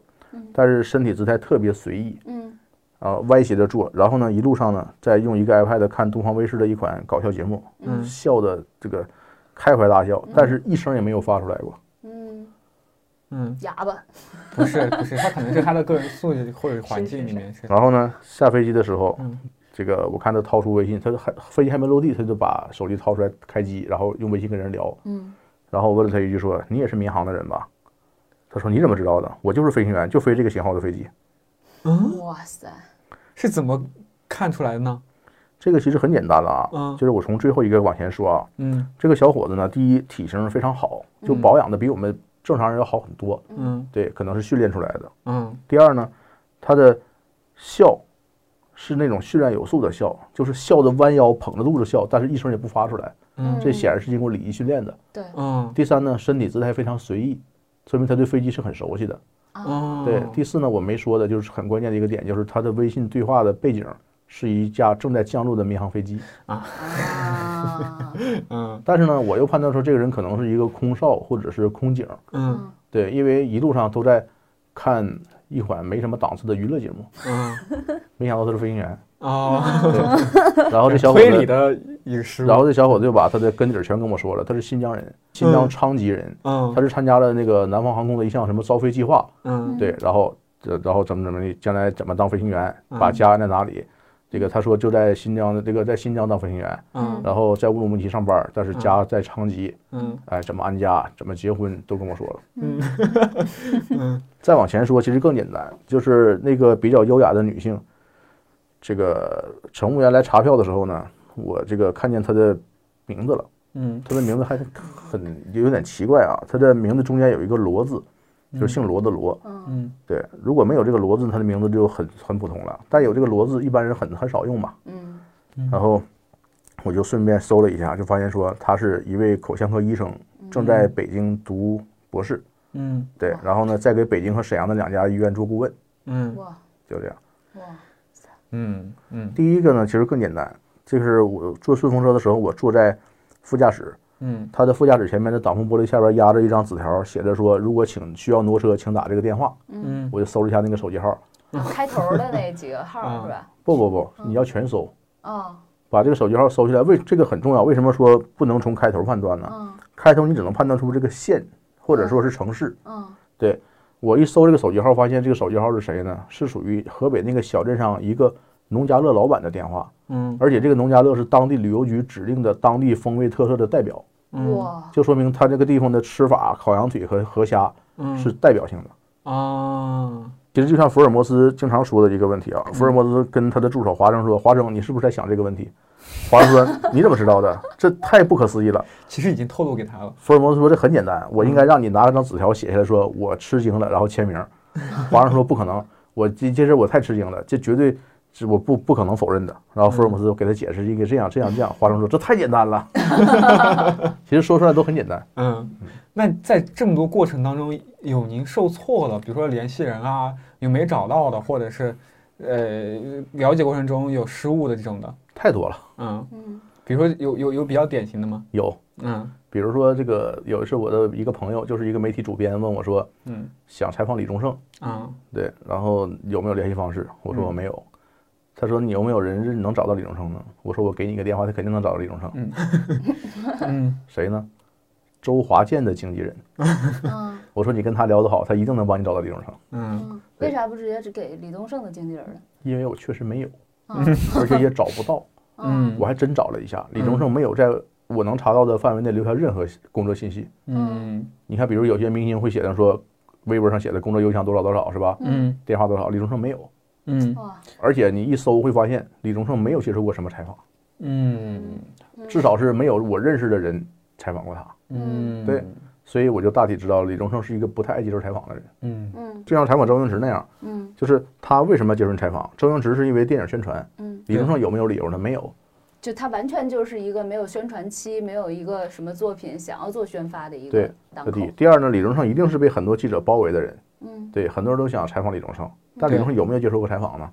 Speaker 3: 但是身体姿态特别随意。
Speaker 1: 嗯
Speaker 3: 啊、歪斜着坐，然后呢，一路上呢，再用一个 iPad 看东方卫视的一款搞笑节目，
Speaker 2: 嗯
Speaker 3: 笑的这个开怀大笑，但是一声也没有发出来过。
Speaker 1: 嗯，
Speaker 2: 嗯，
Speaker 1: 哑巴，
Speaker 2: 不是不是，他可能是他的个人素质或者环境里面是，
Speaker 3: 然后呢，下飞机的时候，
Speaker 2: 嗯
Speaker 3: 这个我看他掏出微信，他还飞机还没落地，他就把手机掏出来开机，然后用微信跟人聊。
Speaker 1: 嗯
Speaker 3: 然后我问了他一句说：“你也是民航的人吧？”他说：“你怎么知道的？我就是飞行员，就飞这个型号的飞机。”
Speaker 2: 嗯，
Speaker 1: 哇塞，
Speaker 2: 是怎么看出来的呢？
Speaker 3: 这个其实很简单了啊，
Speaker 2: 嗯
Speaker 3: 就是我从最后一个往前说啊，
Speaker 2: 嗯
Speaker 3: 这个小伙子呢，第一体型非常好，就保养的比我们正常人要好很多，
Speaker 2: 嗯
Speaker 3: 对，可能是训练出来的。
Speaker 2: 嗯
Speaker 3: 第二呢，他的笑是那种训练有素的笑，就是笑的弯腰捧着肚子笑，但是一声也不发出来，
Speaker 2: 嗯
Speaker 3: 这显然是经过礼仪训练的。
Speaker 1: 对
Speaker 2: 嗯
Speaker 3: 第三呢，身体姿态非常随意，说明他对飞机是很熟悉的。
Speaker 1: 啊
Speaker 2: 哦，
Speaker 3: 对，第四呢，我没说的就是很关键的一个点，就是他的微信对话的背景是一架正在降落的民航飞机。
Speaker 1: 啊，
Speaker 2: 嗯
Speaker 3: 但是呢，我又判断说这个人可能是一个空少或者是空警，
Speaker 2: 嗯
Speaker 3: 对，因为一路上都在看一款没什么档次的娱乐节目，
Speaker 2: 嗯
Speaker 3: 没想到他是飞行员。
Speaker 2: 哦， <laughs>
Speaker 3: 对，然后这小伙
Speaker 2: 推理
Speaker 3: 子，
Speaker 2: 的一个失误，
Speaker 3: 然后这小伙子就把他的根底儿全跟我说了，他是新疆人，新疆昌吉人，
Speaker 2: 嗯
Speaker 3: 他是参加了那个南方航空的一项什么招飞计划，
Speaker 2: 嗯
Speaker 3: 对，然后这然后怎么怎么的，将来怎么当飞行员，
Speaker 2: 嗯
Speaker 3: 把家安在哪里。这个他说就在新疆的这个在新疆当飞行员，
Speaker 2: 嗯
Speaker 3: 然后在乌鲁木齐上班，但是家在昌吉，
Speaker 2: 嗯
Speaker 3: 哎，怎么安家，怎么结婚都跟我说了。
Speaker 1: 嗯
Speaker 3: 再往前说，其实更简单，就是那个比较优雅的女性，这个乘务员来查票的时候呢，我这个看见她的名字了，
Speaker 2: 嗯
Speaker 3: 她的名字还很有点奇怪啊，她的名字中间有一个罗字，就是姓罗的罗。
Speaker 2: 嗯
Speaker 3: 对，如果没有这个罗字，她的名字就很很普通了。但有这个罗字，一般人很很少用嘛。
Speaker 1: 嗯
Speaker 3: 然后我就顺便搜了一下，就发现说她是一位口腔科医生，正在北京读博士。
Speaker 2: 嗯
Speaker 3: 对，然后呢，再给北京和沈阳的两家医院做顾问，
Speaker 2: 嗯
Speaker 1: 哇
Speaker 3: 就这样。
Speaker 1: 哇，
Speaker 2: 嗯嗯
Speaker 3: 第一个呢，其实更简单，就是我坐顺风车的时候，我坐在副驾驶，
Speaker 2: 嗯
Speaker 3: 它的副驾驶前面的挡风玻璃下边压着一张纸条，写着说，如果请需要挪车，请打这个电话。
Speaker 2: 嗯
Speaker 3: 我就搜了一下那个手机号，
Speaker 1: 开头的那几个号
Speaker 2: 啊
Speaker 1: 是吧？
Speaker 3: 不不不，你要全搜，
Speaker 1: 哦，
Speaker 3: 把这个手机号搜起来。为这个很重要，为什么说不能从开头判断呢？
Speaker 1: 嗯
Speaker 3: 开头你只能判断出这个县或者说是城市。
Speaker 1: 嗯
Speaker 3: 我一搜这个手机号，发现这个手机号是谁呢？是属于河北那个小镇上一个农家乐老板的电话，
Speaker 2: 嗯
Speaker 3: 而且这个农家乐是当地旅游局指定的当地风味特色的代表。
Speaker 2: 嗯
Speaker 1: 哇，
Speaker 3: 就说明他这个地方的吃法，烤羊腿和河虾
Speaker 2: 嗯
Speaker 3: 是代表性的。
Speaker 2: 啊
Speaker 3: 其实就像福尔摩斯经常说的一个问题啊，福尔摩斯跟他的助手华生说：“华生，你是不是在想这个问题？”华生说：“你怎么知道的？这太不可思议了。
Speaker 2: 其实已经透露给他了”，
Speaker 3: 福尔摩斯说：“这很简单，我应该让你拿张纸条写下来说我吃惊了，然后签名。”华生说：“不可能，我这这事儿我太吃惊了，这绝对是我不不可能否认的。”然后福尔摩斯给他解释一个这样这样这样，华生说：“这太简单了。” <laughs> 其实说出来都很简单。
Speaker 2: 嗯，那在这么多过程当中，有您受挫了，比如说联系人啊，有没找到的，或者是呃了解过程中有失误的这种的，
Speaker 3: 太多了，
Speaker 2: 嗯，
Speaker 1: 嗯
Speaker 2: 比如说有有有比较典型的吗？
Speaker 3: 有
Speaker 2: 嗯
Speaker 3: 比如说这个有一次我的一个朋友，就是一个媒体主编问我说
Speaker 2: 嗯
Speaker 3: 想采访李宗盛，
Speaker 2: 啊
Speaker 3: 对，然后有没有联系方式？我说我没有。他说你有没有人认能找到李宗盛呢？我说我给你一个电话，他肯定能找到李宗盛。
Speaker 2: 嗯
Speaker 3: 谁呢？周华健的经纪人。
Speaker 1: 嗯
Speaker 3: 我说你跟他聊得好，他一定能帮你找到李宗盛。
Speaker 2: 嗯
Speaker 1: 嗯，为啥不直接只给李宗盛的经纪人呢？
Speaker 3: 因为我确实没有，
Speaker 1: 啊
Speaker 3: <laughs> 而且也找不到。
Speaker 2: 嗯，
Speaker 3: 我还真找了一下，李宗盛没有在我能查到的范围内留下任何工作信息。
Speaker 2: 嗯
Speaker 3: 你看，比如有些明星会写上说，微博上写的工作邮箱多少多少是吧？
Speaker 2: 嗯
Speaker 3: 电话多少？李宗盛没有。
Speaker 2: 嗯
Speaker 1: 哇，
Speaker 3: 而且你一搜会发现，李宗盛没有接受过什么采访，
Speaker 2: 嗯
Speaker 3: 至少是没有我认识的人采访过他。
Speaker 2: 嗯，
Speaker 3: 对，所以我就大体知道李宗盛是一个不太爱接受采访的人，
Speaker 2: 嗯
Speaker 1: 嗯
Speaker 3: 就像采访周星驰那样，
Speaker 1: 嗯
Speaker 3: 就是他为什么接受采访？周星驰是因为电影宣传，
Speaker 1: 嗯，
Speaker 3: 李宗盛有没有理由呢？没有。
Speaker 1: 就他完全就是一个没有宣传期，没有一个什么作品想要做宣发的一个
Speaker 3: 对
Speaker 1: 档
Speaker 3: 这
Speaker 1: 口
Speaker 3: 第一，。第二呢，李宗盛一定是被很多记者包围的人，
Speaker 1: 嗯
Speaker 3: 对，很多人都想采访李宗盛，但李宗盛有没有接受过采访呢？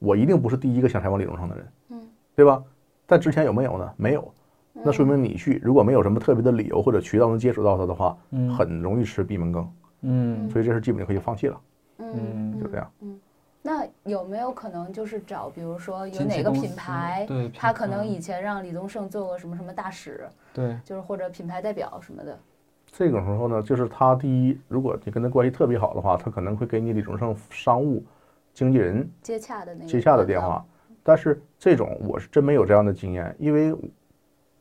Speaker 3: 我一定不是第一个想采访李宗盛的人，
Speaker 1: 嗯，
Speaker 3: 对吧？但之前有没有呢？没有，那说明你去如果没有什么特别的理由或者渠道能接触到他的话，
Speaker 2: 嗯
Speaker 3: 很容易吃闭门羹。
Speaker 2: 嗯
Speaker 3: 所以这事儿基本就可以放弃了，
Speaker 1: 嗯
Speaker 3: 就这样。
Speaker 1: 那有没有可能就是找，比如说有
Speaker 2: 经纪
Speaker 1: 哪个
Speaker 2: 公
Speaker 1: 品
Speaker 2: 司
Speaker 1: 牌
Speaker 2: 嗯
Speaker 1: 嗯
Speaker 2: 对，
Speaker 1: 他
Speaker 2: 品
Speaker 1: 可能
Speaker 2: 牌
Speaker 1: 以前让李宗盛做过什么什么大使，
Speaker 2: 对
Speaker 1: 就是或者品牌代表什么的。
Speaker 3: 这种时候呢，就是他第一，如果你跟他关系特别好的话，他可能会给你李宗盛商务经纪人
Speaker 1: 接洽的那个
Speaker 3: 接洽的
Speaker 1: 管
Speaker 3: 电
Speaker 1: 道，
Speaker 3: 话。但是这种我是真没有这样的经验，因为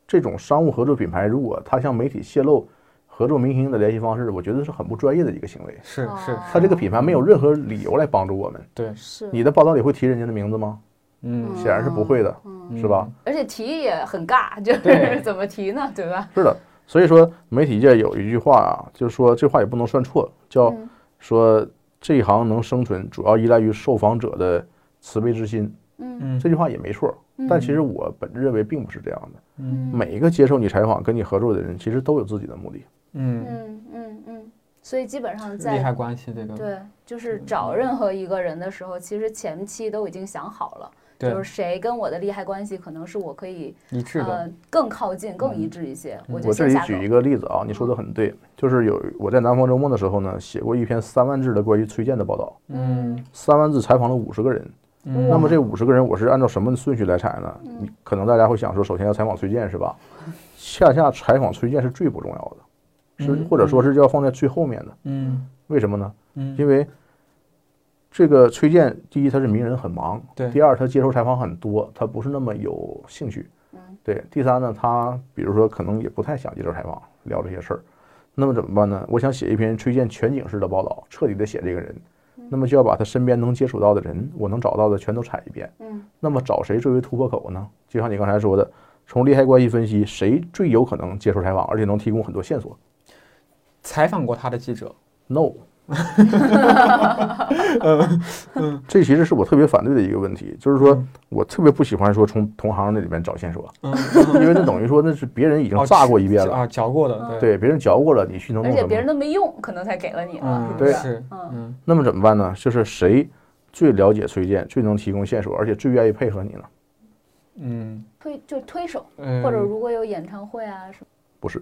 Speaker 3: 这种商务合作品牌，如果他向媒体泄露合作明星的联系方式，我觉得是很不专业的一个行为。
Speaker 2: 是是，
Speaker 1: 哦
Speaker 3: 他这个品牌没有任何理由来帮助我们。
Speaker 2: 对，
Speaker 1: 是
Speaker 3: 你的报道里会提人家的名字吗？
Speaker 2: 嗯，
Speaker 3: 显然是不会的，是吧？
Speaker 1: 嗯而且提也很尬，就
Speaker 2: 对
Speaker 1: 是怎么提呢，对吧？
Speaker 3: 是的，所以说媒体界有一句话啊，就是说这话也不能算错，叫
Speaker 1: 嗯
Speaker 3: 说这一行能生存，主要依赖于受访者的慈悲之心。
Speaker 1: 嗯
Speaker 2: 嗯？
Speaker 3: 这句话也没错，但其实我本认为并不是这样的。
Speaker 2: 嗯
Speaker 1: 嗯
Speaker 3: 每一个接受你采访、跟你合作的人，其实都有自己的目的。
Speaker 2: 嗯
Speaker 1: 嗯嗯嗯，所以基本上
Speaker 2: 嗯，
Speaker 1: 在
Speaker 2: 利害关系这个，
Speaker 1: 对，就是找任何一个人的时候，其实前期都已经想好了，
Speaker 2: 对
Speaker 1: 就是谁跟我的利害关系可能是我可以
Speaker 2: 一致的，嗯
Speaker 1: 呃更靠近、更一致一些，我就
Speaker 3: 我这
Speaker 1: 先
Speaker 3: 里
Speaker 1: 下手。
Speaker 3: 举一个例子啊，你说的很对，就是有我在南方周末的时候呢，写过一篇三万字的关于崔健的报道，
Speaker 2: 嗯
Speaker 3: 三万字采访了五十个人。
Speaker 2: 嗯
Speaker 3: 那么这五十个人，我是按照什么顺序来采呢？你可能大家会想说，首先要采访崔健是吧？恰恰采访崔健是最不重要的，是
Speaker 2: 嗯
Speaker 3: 或者说是要放在最后面的。
Speaker 2: 嗯
Speaker 3: 为什么呢？
Speaker 2: 嗯，
Speaker 3: 因为这个崔健，第一他是名人很忙，
Speaker 2: 对
Speaker 3: 第二他接受采访很多，他不是那么有兴趣，
Speaker 1: 嗯
Speaker 3: 对。第三呢，他比如说可能也不太想接受采访，聊这些事儿。那么怎么办呢？我想写一篇崔健全景式的报道，彻底的写这个人。
Speaker 1: 嗯
Speaker 3: 那么就要把他身边能接触到的人，我能找到的全都采一遍。
Speaker 1: 嗯
Speaker 3: 那么找谁最为突破口呢？就像你刚才说的，从利害关系分析，谁最有可能接受采访，而且能提供很多线索
Speaker 2: 采访过他的记者，
Speaker 3: ？No。这其实是我特别反对的一个问题，就是说
Speaker 2: 嗯
Speaker 3: 我特别不喜欢说从同行那里面找线索，
Speaker 2: 嗯，
Speaker 3: 因为那等于说那是别人已经
Speaker 2: 哦
Speaker 3: 炸过一遍了，
Speaker 2: 啊，嚼过
Speaker 1: 嗯
Speaker 2: 的，，
Speaker 3: 对，别人嚼过了，你去能
Speaker 1: 而
Speaker 3: 弄
Speaker 1: 且
Speaker 3: 什
Speaker 1: 别人
Speaker 3: 么？
Speaker 1: 都没用，可能才给了你了，
Speaker 2: 嗯，
Speaker 1: 是不是？
Speaker 2: 是，
Speaker 1: 嗯
Speaker 2: 嗯
Speaker 3: 那么怎么办呢？就是谁最了解崔健，最能提供线索，而且最愿意配合你呢？
Speaker 2: 嗯
Speaker 1: 推就推手，
Speaker 2: 嗯，
Speaker 1: 或者如果有演唱会啊什
Speaker 3: 不是，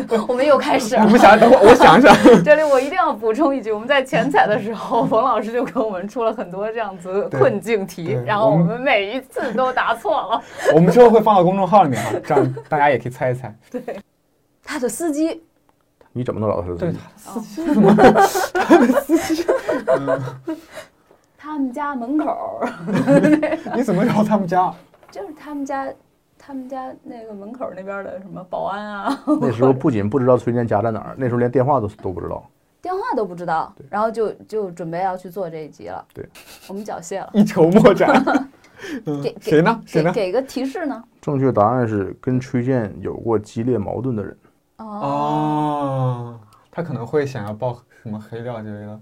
Speaker 1: 么， <laughs> 我们又开始了
Speaker 2: <laughs> 你。不想等 <laughs> 我，我想想，
Speaker 1: 这里我一定要补充一句，我们在前采的时
Speaker 2: <laughs>
Speaker 1: 候，冯老师就给我们出了很多这样子的
Speaker 2: 对
Speaker 1: 困境题
Speaker 2: 对，
Speaker 1: 然后
Speaker 2: 我
Speaker 1: 我
Speaker 2: 们
Speaker 1: 们每一次都答错
Speaker 2: <laughs>
Speaker 1: 了。
Speaker 2: 我们之后会放到公众号里面哈，这样大家也可以猜一
Speaker 3: <laughs>
Speaker 2: 猜。
Speaker 1: 他的司机
Speaker 3: 你怎么能找到他的
Speaker 2: 对 <laughs>
Speaker 3: 自己？
Speaker 2: 他
Speaker 1: 司
Speaker 2: 机，
Speaker 1: 他们家门口儿， <laughs>
Speaker 2: 你怎么找他们家？
Speaker 1: 就是他们家，他们家那个门口儿那边儿的什么保安啊， <laughs>
Speaker 3: 那时候不仅不知道崔健家在哪儿，那时候连电话都都不知道。
Speaker 1: 电话都不知道，然后就就准备要去做这一集了。
Speaker 3: 对，
Speaker 1: 我们缴械了。
Speaker 2: 一筹莫
Speaker 1: <laughs>
Speaker 2: 展。
Speaker 1: 给
Speaker 2: 嗯，
Speaker 1: 给
Speaker 2: 谁呢？谁
Speaker 1: 给
Speaker 2: 呢？
Speaker 1: 给个提示呢？
Speaker 3: 正确答案是跟崔健有过激烈矛盾的人。
Speaker 2: 哦，他可能会想要爆什么黑料之类的。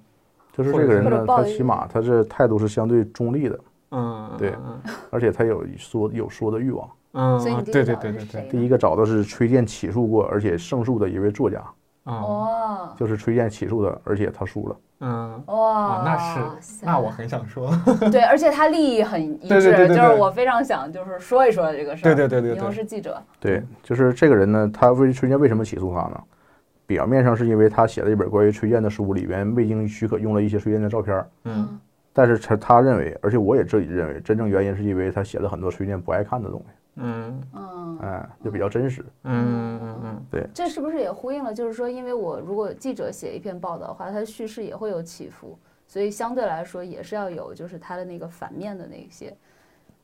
Speaker 3: 就是这个人
Speaker 1: 或者
Speaker 3: 呢，
Speaker 1: 报
Speaker 3: 他
Speaker 1: 一
Speaker 3: 起码他是态度是相对中立的，
Speaker 2: 嗯，
Speaker 3: 对
Speaker 2: 嗯
Speaker 3: 而且他有说有说的欲望。
Speaker 2: 嗯，
Speaker 1: 所以你第一
Speaker 2: 对
Speaker 1: 个
Speaker 2: 对
Speaker 1: 找的
Speaker 2: 对
Speaker 1: 是
Speaker 2: 对
Speaker 1: 谁
Speaker 2: 对，
Speaker 3: 第一个找的是崔健起诉过而且胜诉的一位作家，
Speaker 2: 啊，
Speaker 1: 哦，
Speaker 3: 就是崔健起诉的，而且他输了。
Speaker 2: 嗯，
Speaker 1: 哇
Speaker 2: 啊，，那是，那我很想说，
Speaker 1: <laughs> 对，而且他利益很一致，
Speaker 2: 对对对对
Speaker 1: 就是
Speaker 2: 对
Speaker 1: 我非常想就是说一说这个事儿。
Speaker 2: 对对对对
Speaker 1: 你又
Speaker 2: 对
Speaker 1: 是记者，
Speaker 3: 对，就是这个人呢，他为崔健为什么起诉他呢？表面上是因为他写了一本关于崔健的书，里边未经许可用了一些崔健的照片儿，
Speaker 2: 嗯
Speaker 3: 但是他他认为，而且我也自己认为，真正原因是因为他写了很多崔健不爱看的东西，
Speaker 2: 嗯
Speaker 1: 嗯，
Speaker 3: 哎，就比较真实。
Speaker 2: 嗯嗯嗯
Speaker 1: 这是不是也呼应了？就是说，因为我如果记者写一篇报道的话，它的叙事也会有起伏，所以相对来说也是要有就是它的那个反面的那一些，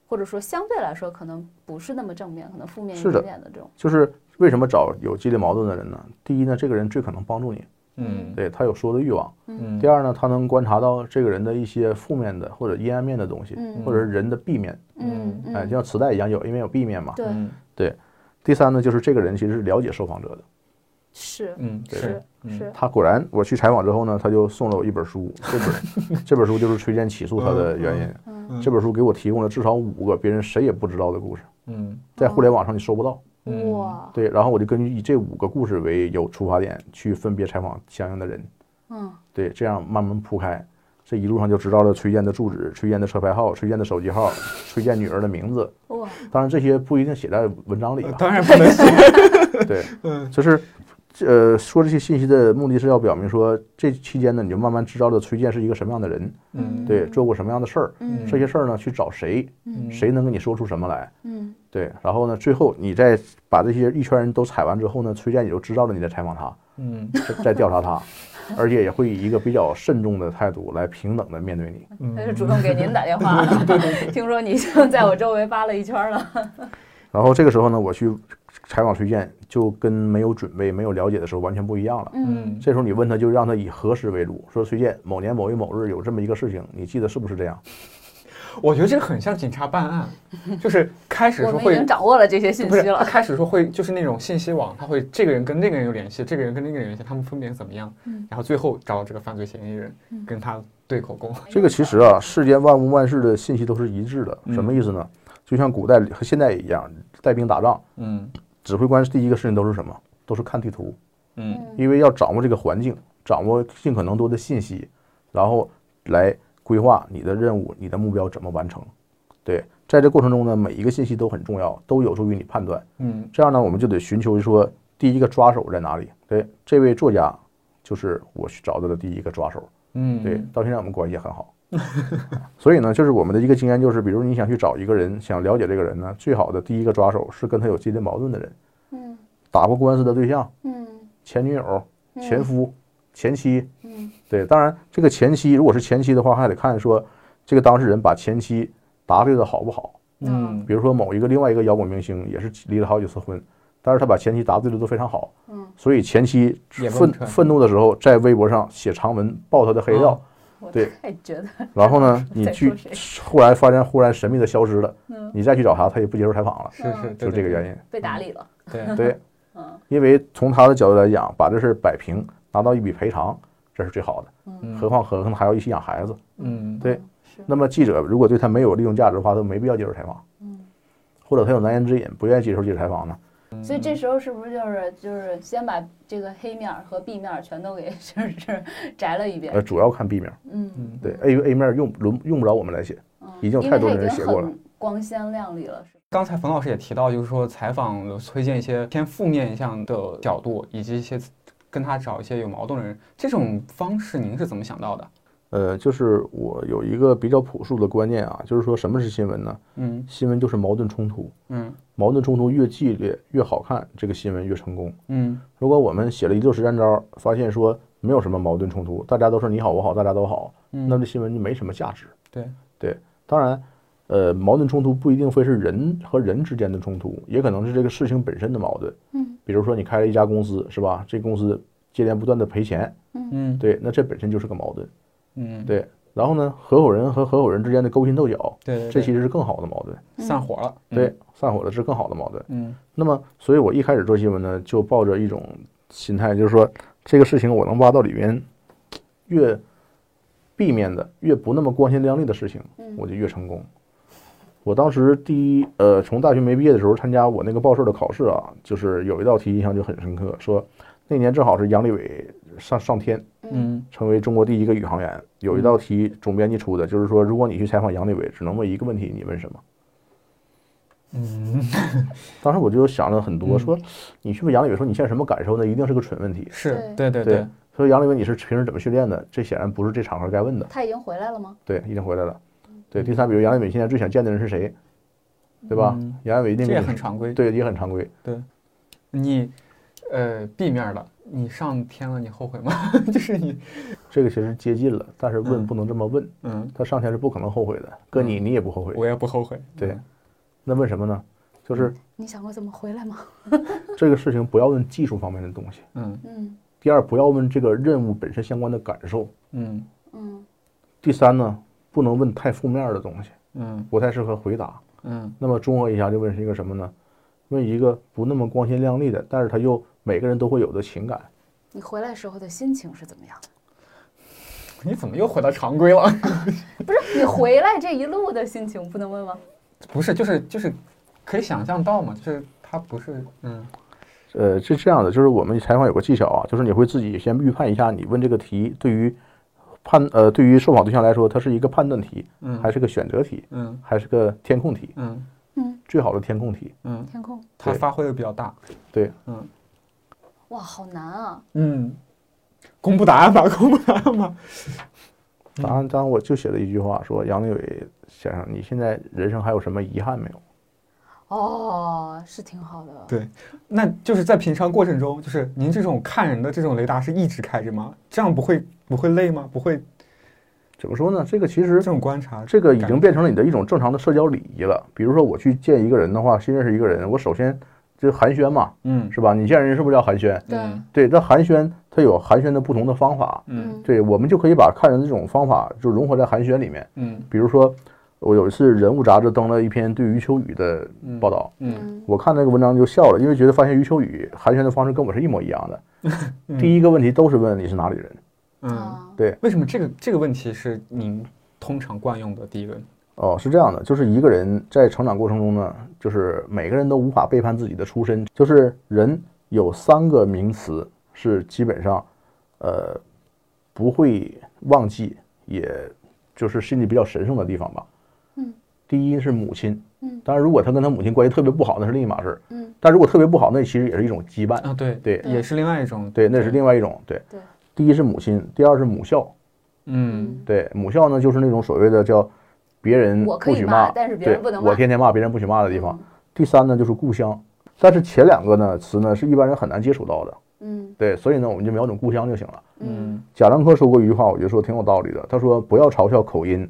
Speaker 1: 或者说相对来说可能不是那么正面，可能负面一
Speaker 3: 是的
Speaker 1: 点点的这种。
Speaker 3: 就是为什么找有激烈矛盾的人呢？第一呢，这个人最可能帮助你，
Speaker 2: 嗯
Speaker 3: 对他有说的欲望。
Speaker 2: 嗯，
Speaker 3: 第二呢，他能观察到这个人的一些负面的或者阴暗面的东西，
Speaker 1: 嗯
Speaker 3: 或者是人的 B 面，
Speaker 1: 嗯
Speaker 3: 哎，
Speaker 1: 嗯，
Speaker 3: 就像磁带一样，有 A 面有 B 面嘛。
Speaker 1: 对，
Speaker 2: 嗯
Speaker 3: 第三呢，就是这个人其实是了解受访者的。
Speaker 1: 是
Speaker 2: 嗯
Speaker 1: 是
Speaker 2: 是嗯
Speaker 1: 是，
Speaker 3: 他果然，我去采访之后呢，他就送了我一本书，这本这本书就是崔健起诉他的原因。
Speaker 1: 嗯
Speaker 3: 这本书给我提供了至少五个别人谁也不知道的故事，
Speaker 2: 嗯
Speaker 3: 在互
Speaker 1: 哦
Speaker 3: 联网上你搜不到。
Speaker 2: 嗯
Speaker 1: 哇，
Speaker 3: 对，然后我就根据以这五个故事为由出发点去分别采访相应的人。
Speaker 1: 嗯
Speaker 3: 对，这样慢慢铺开，这一路上就知道了崔健的住址、崔健的车牌号、崔健的手机号、崔健女儿的名字。
Speaker 1: 哇，
Speaker 3: 当然，这些不一定写在文章里
Speaker 2: 呃
Speaker 3: 啊。
Speaker 2: 当然不 <laughs> 能写，
Speaker 3: 对，
Speaker 2: 嗯
Speaker 3: 就是，呃，说这些信息的目的是要表明说，这期间呢，你就慢慢知道了崔健是一个什么样的人，
Speaker 2: 嗯
Speaker 3: 对，做过什么样的事儿，
Speaker 1: 嗯
Speaker 3: 这些事儿呢，去找谁，
Speaker 2: 嗯
Speaker 3: 谁能跟你说出什么来。
Speaker 1: 嗯
Speaker 3: 对，然后呢，最后你再把这些一圈人都采完之后呢，崔健也就知道了你在采访他，
Speaker 2: 嗯
Speaker 3: 在在调查他，而且也会以一个比较慎重的态度来平等的面对你。
Speaker 1: 那
Speaker 2: 嗯
Speaker 1: 就主动给您打电
Speaker 3: <laughs>
Speaker 1: 话了。 <laughs> 听说你已经在我周围扒了一圈了。
Speaker 3: 然后这个时候呢，我去采访崔健，就跟没有准备、没有了解的时候完全不一样了。
Speaker 2: 嗯
Speaker 3: 这时候你问他，就让他以何时为主，说崔健某年某月某日有这么一个事情，你记得是不是这样？
Speaker 2: 我觉得这个很像警察办案，就是开始
Speaker 1: 嗯我
Speaker 2: 说
Speaker 1: 们已
Speaker 2: 会
Speaker 1: 经掌握了这些信
Speaker 2: 不
Speaker 1: 息
Speaker 2: 是他
Speaker 1: 了。
Speaker 2: 开始说会就是那种信息网，他会这个人跟那个人有联系，这个人跟那个人有联系，他们分别怎么样，
Speaker 1: 嗯
Speaker 2: 然后最后找到这个犯罪嫌疑人，跟他对口供。
Speaker 3: 这个其实啊，世间万物万事的信息都是一致的，什么意思呢？就像古代和现代一样，带兵打仗，
Speaker 2: 嗯
Speaker 3: 指挥官第一个事情都是什么？都是看地图，
Speaker 2: 嗯
Speaker 3: 因为要掌握这个环境，掌握尽可能多的信息，然后来规划你的任务、你的目标怎么完成。对，在这过程中呢，每一个信息都很重要，都有助于你判断。
Speaker 2: 嗯
Speaker 3: 这样呢，我们就得寻求说第一个抓手在哪里。对，这位作家就是我去找到的第一个抓手。
Speaker 2: 嗯，
Speaker 3: 对，到现在我们关系也很好。所以呢，就是我们的一个经验就是，比如你想去找一个人，想了解这个人呢，最好的第一个抓手是跟他有激烈矛盾的人，
Speaker 1: 嗯
Speaker 3: 打过官司的对象、
Speaker 1: 嗯
Speaker 3: 前女友、前夫、前妻。
Speaker 1: 嗯，
Speaker 3: 对，当然这个前妻如果是前妻的话，还得看说这个当事人把前妻答对的好不好。
Speaker 2: 嗯
Speaker 3: 比如说某一个另外一个摇滚明星也是离了好几次婚，但是他把前妻答对的都非常好，
Speaker 1: 嗯，
Speaker 3: 所以前妻
Speaker 2: 也
Speaker 3: 愤
Speaker 2: 不成
Speaker 3: 愤怒的时候在微博上写长文爆他的黑料，
Speaker 1: 我
Speaker 3: 对
Speaker 1: 太觉得
Speaker 3: 然
Speaker 1: <laughs>
Speaker 3: 后呢，你
Speaker 1: 嗯在
Speaker 3: 去
Speaker 1: 说谁
Speaker 3: 忽然发现忽然神秘的消失了，
Speaker 1: 嗯
Speaker 3: 你再去找他，他也不接受采访了，
Speaker 2: 是是，
Speaker 3: 就这个原因。
Speaker 1: 被打理了。
Speaker 2: 因。 <laughs> 对，
Speaker 3: 对，
Speaker 1: 嗯
Speaker 3: 因为从他的角度来讲，把这事儿摆平，拿到一笔赔偿，这是最好的。
Speaker 2: 嗯
Speaker 3: 何况何况还要一起养孩子。
Speaker 2: 嗯
Speaker 3: 对
Speaker 1: 嗯是
Speaker 3: 那么记者如果对他没有利用价值的话，他没必要接受采访。
Speaker 1: 嗯，
Speaker 3: 或者他有难言之隐，不愿意接受记者采访呢？
Speaker 1: 所以这时候是不是就是就是先把这个黑面儿和 B 面儿全都给 <laughs> 就是摘了一遍
Speaker 3: 呃，？主要看 B 面。
Speaker 1: 嗯
Speaker 2: 嗯
Speaker 3: 对 A A 面用轮用不着我们来写，
Speaker 1: 嗯，
Speaker 3: 已经有
Speaker 1: 因
Speaker 3: 太
Speaker 1: 为
Speaker 3: 多
Speaker 1: 它已
Speaker 3: 的人
Speaker 1: 经
Speaker 3: 写过了
Speaker 1: 很光鲜亮丽了，是吧？
Speaker 2: 刚才冯老师也提到，就是说采访有推荐一些偏负面向的角度，以及一些跟他找一些有矛盾的人，这种方式您是怎么想到的？
Speaker 3: 呃，就是我有一个比较朴素的观念啊，就是说什么是新闻呢？
Speaker 2: 嗯
Speaker 3: 新闻就是矛盾冲突，
Speaker 2: 嗯
Speaker 3: 矛盾冲突越激烈越好看，这个新闻越成功。
Speaker 2: 嗯
Speaker 3: 如果我们写了一溜实战招，发现说没有什么矛盾冲突，大家都是你好我好大家都好，
Speaker 2: 嗯，
Speaker 3: 那这新闻就没什么价值。
Speaker 2: 对
Speaker 3: 对，当然，呃，矛盾冲突不一定非是人和人之间的冲突，也可能是这个事情本身的矛盾。
Speaker 1: 嗯，
Speaker 3: 比如说你开了一家公司是吧？这公司接连不断的赔钱，
Speaker 2: 嗯
Speaker 3: 对，那这本身就是个矛盾。
Speaker 2: 嗯
Speaker 3: 对，然后呢，合伙人和合伙人之间的勾心斗角，
Speaker 2: 对对，嗯
Speaker 3: 这其实是更好的矛盾。
Speaker 2: 散伙了。
Speaker 3: 对，散伙了是更好的矛盾。
Speaker 2: 嗯
Speaker 3: 那么，所以我一开始做新闻呢，就抱着一种心态，就是说这个事情我能挖到里面越避免的、越不那么光鲜亮丽的事情，
Speaker 1: 嗯
Speaker 3: 我就越成功。我当时第一，呃，从大学没毕业的时候参加我那个报社的考试啊，就是有一道题印象就很深刻，说那年正好是杨利伟上上天，
Speaker 2: 嗯
Speaker 3: 成为中国第一个宇航员。有一道题总编辑出的，就是说如果你去采访杨利伟，只能问一个问题，你问什么？
Speaker 2: 嗯，
Speaker 3: 当时我就想了很
Speaker 2: 嗯
Speaker 3: 多，说你去问杨利伟说你现在什么感受呢？一定是个蠢问题。
Speaker 2: 是对对
Speaker 3: 对，说杨利伟你是平时怎么训练的？这显然不是这场合该问的。
Speaker 1: 他已经回来了吗？
Speaker 3: 对，一定回来了。对，第三，比如杨利伟现在最想见的人是谁，对吧？
Speaker 2: 嗯
Speaker 3: 杨利伟一定
Speaker 2: 这也
Speaker 3: 跟你
Speaker 2: 很常规。
Speaker 3: 对，也很常规。
Speaker 2: 你呃 B 面了，你上天了，你后悔吗？ <laughs> 就是你
Speaker 3: 这个其实接近了，但是问不能这么问，
Speaker 2: 嗯，
Speaker 3: 他上天是不可能后悔的。搁你，你也不后悔。
Speaker 2: 我也不后悔。
Speaker 3: 对，那问什么呢？就是
Speaker 1: 你想过怎么回来吗？
Speaker 3: 这个事情不要问技术方面的东西。
Speaker 2: 嗯
Speaker 1: 嗯
Speaker 3: 第二，不要问这个任务本身相关的感受。
Speaker 2: 嗯
Speaker 1: 嗯
Speaker 3: 第三呢，不能问太负面的东西，
Speaker 2: 嗯
Speaker 3: 不太适合回答。
Speaker 2: 嗯 <laughs>
Speaker 3: 那么综合一下，就问是一个什么呢？问一个不那么光鲜亮丽的，但是他又每个人都会有的情感。
Speaker 1: 你回来时候的心情是怎么样的？
Speaker 2: 你怎么又回到常规了？ <laughs>
Speaker 1: 不是 <laughs> 你回来这一路的心情不能问吗？
Speaker 2: 不是，就是就是可以想象到嘛，就是他不是嗯
Speaker 3: 呃，是这样的，就是我们采访有个技巧啊，就是你会自己先预判一下，你问这个题对于判呃对于受访对象来说，它是一个判断题，
Speaker 2: 嗯
Speaker 3: 还是个选择题，
Speaker 2: 嗯
Speaker 3: 还是个填空题？
Speaker 2: 嗯
Speaker 3: 最好的填空题。
Speaker 2: 嗯，
Speaker 1: 天空，
Speaker 2: 他
Speaker 3: 对
Speaker 2: 发挥的比较大。
Speaker 3: 对，
Speaker 2: 嗯
Speaker 1: 哇，好难啊！
Speaker 2: 嗯，公布答案吧， <laughs> 公布答案吧。
Speaker 3: 答案当然我就写了一句话，说杨利伟先生，你现在人生还有什么遗憾没有？
Speaker 1: 哦，是挺好的。
Speaker 2: 对，那就是在平常过程中，就是您这种看人的这种雷达是一直开着吗？这样不会不会累吗？不会
Speaker 3: 怎么说呢？这个其实
Speaker 2: 这种观察，
Speaker 3: 这个已经变成了你的一种正常的社交礼仪了。比如说我去见一个人的话，新认识一个人，我首先就寒暄嘛，
Speaker 2: 嗯
Speaker 3: 是吧？你见人是不是叫寒暄？
Speaker 1: 对
Speaker 2: 嗯
Speaker 3: 对，那寒暄它有寒暄的不同的方法，
Speaker 2: 嗯
Speaker 3: 对我们就可以把看人这种方法就融合在寒暄里面。
Speaker 2: 嗯
Speaker 3: 比如说，我有一次《人物》杂志登了一篇对余秋雨的报道，
Speaker 1: 嗯
Speaker 3: 我看那个文章就笑了，因为觉得发现余秋雨寒暄的方式跟我是一模一样的。第一个问题都是问你是哪里人，
Speaker 2: 嗯，
Speaker 1: 啊
Speaker 3: 对，
Speaker 2: 为什么这个这个问题是您通常惯用的第一个？
Speaker 3: 哦，是这样的，就是一个人在成长过程中呢，就是每个人都无法背叛自己的出身，就是人有三个名词是基本上，呃，不会忘记，也就是心里比较神圣的地方吧。
Speaker 1: 嗯，
Speaker 3: 第一是母亲，
Speaker 1: 嗯，
Speaker 3: 当然如果他跟他母亲关系特别不好，那是另一码事儿。
Speaker 1: 嗯
Speaker 3: 但如果特别不好，那其实也是一种羁绊。
Speaker 2: 啊，对，
Speaker 3: 对
Speaker 2: 也是另外一种，
Speaker 3: 对，那是另外一种对。
Speaker 1: 对
Speaker 3: 第一是母亲，第二是母校。
Speaker 2: 嗯，
Speaker 3: 对，母校呢就是那种所谓的叫别人
Speaker 1: 我可
Speaker 3: 不
Speaker 1: 以
Speaker 3: 许
Speaker 1: 骂
Speaker 3: 骂，
Speaker 1: 但是别
Speaker 3: 对
Speaker 1: 人不能骂
Speaker 3: 我天天骂别人不许骂的地方
Speaker 1: 嗯。
Speaker 3: 第三呢就是故乡，但是前两个呢词呢是一般人很难接触到的，
Speaker 1: 嗯
Speaker 3: 对，所以呢我们就瞄准故乡就行了。
Speaker 1: 嗯
Speaker 3: 贾樟柯说过一句话，我觉得说挺有道理的，他说不要嘲笑口音，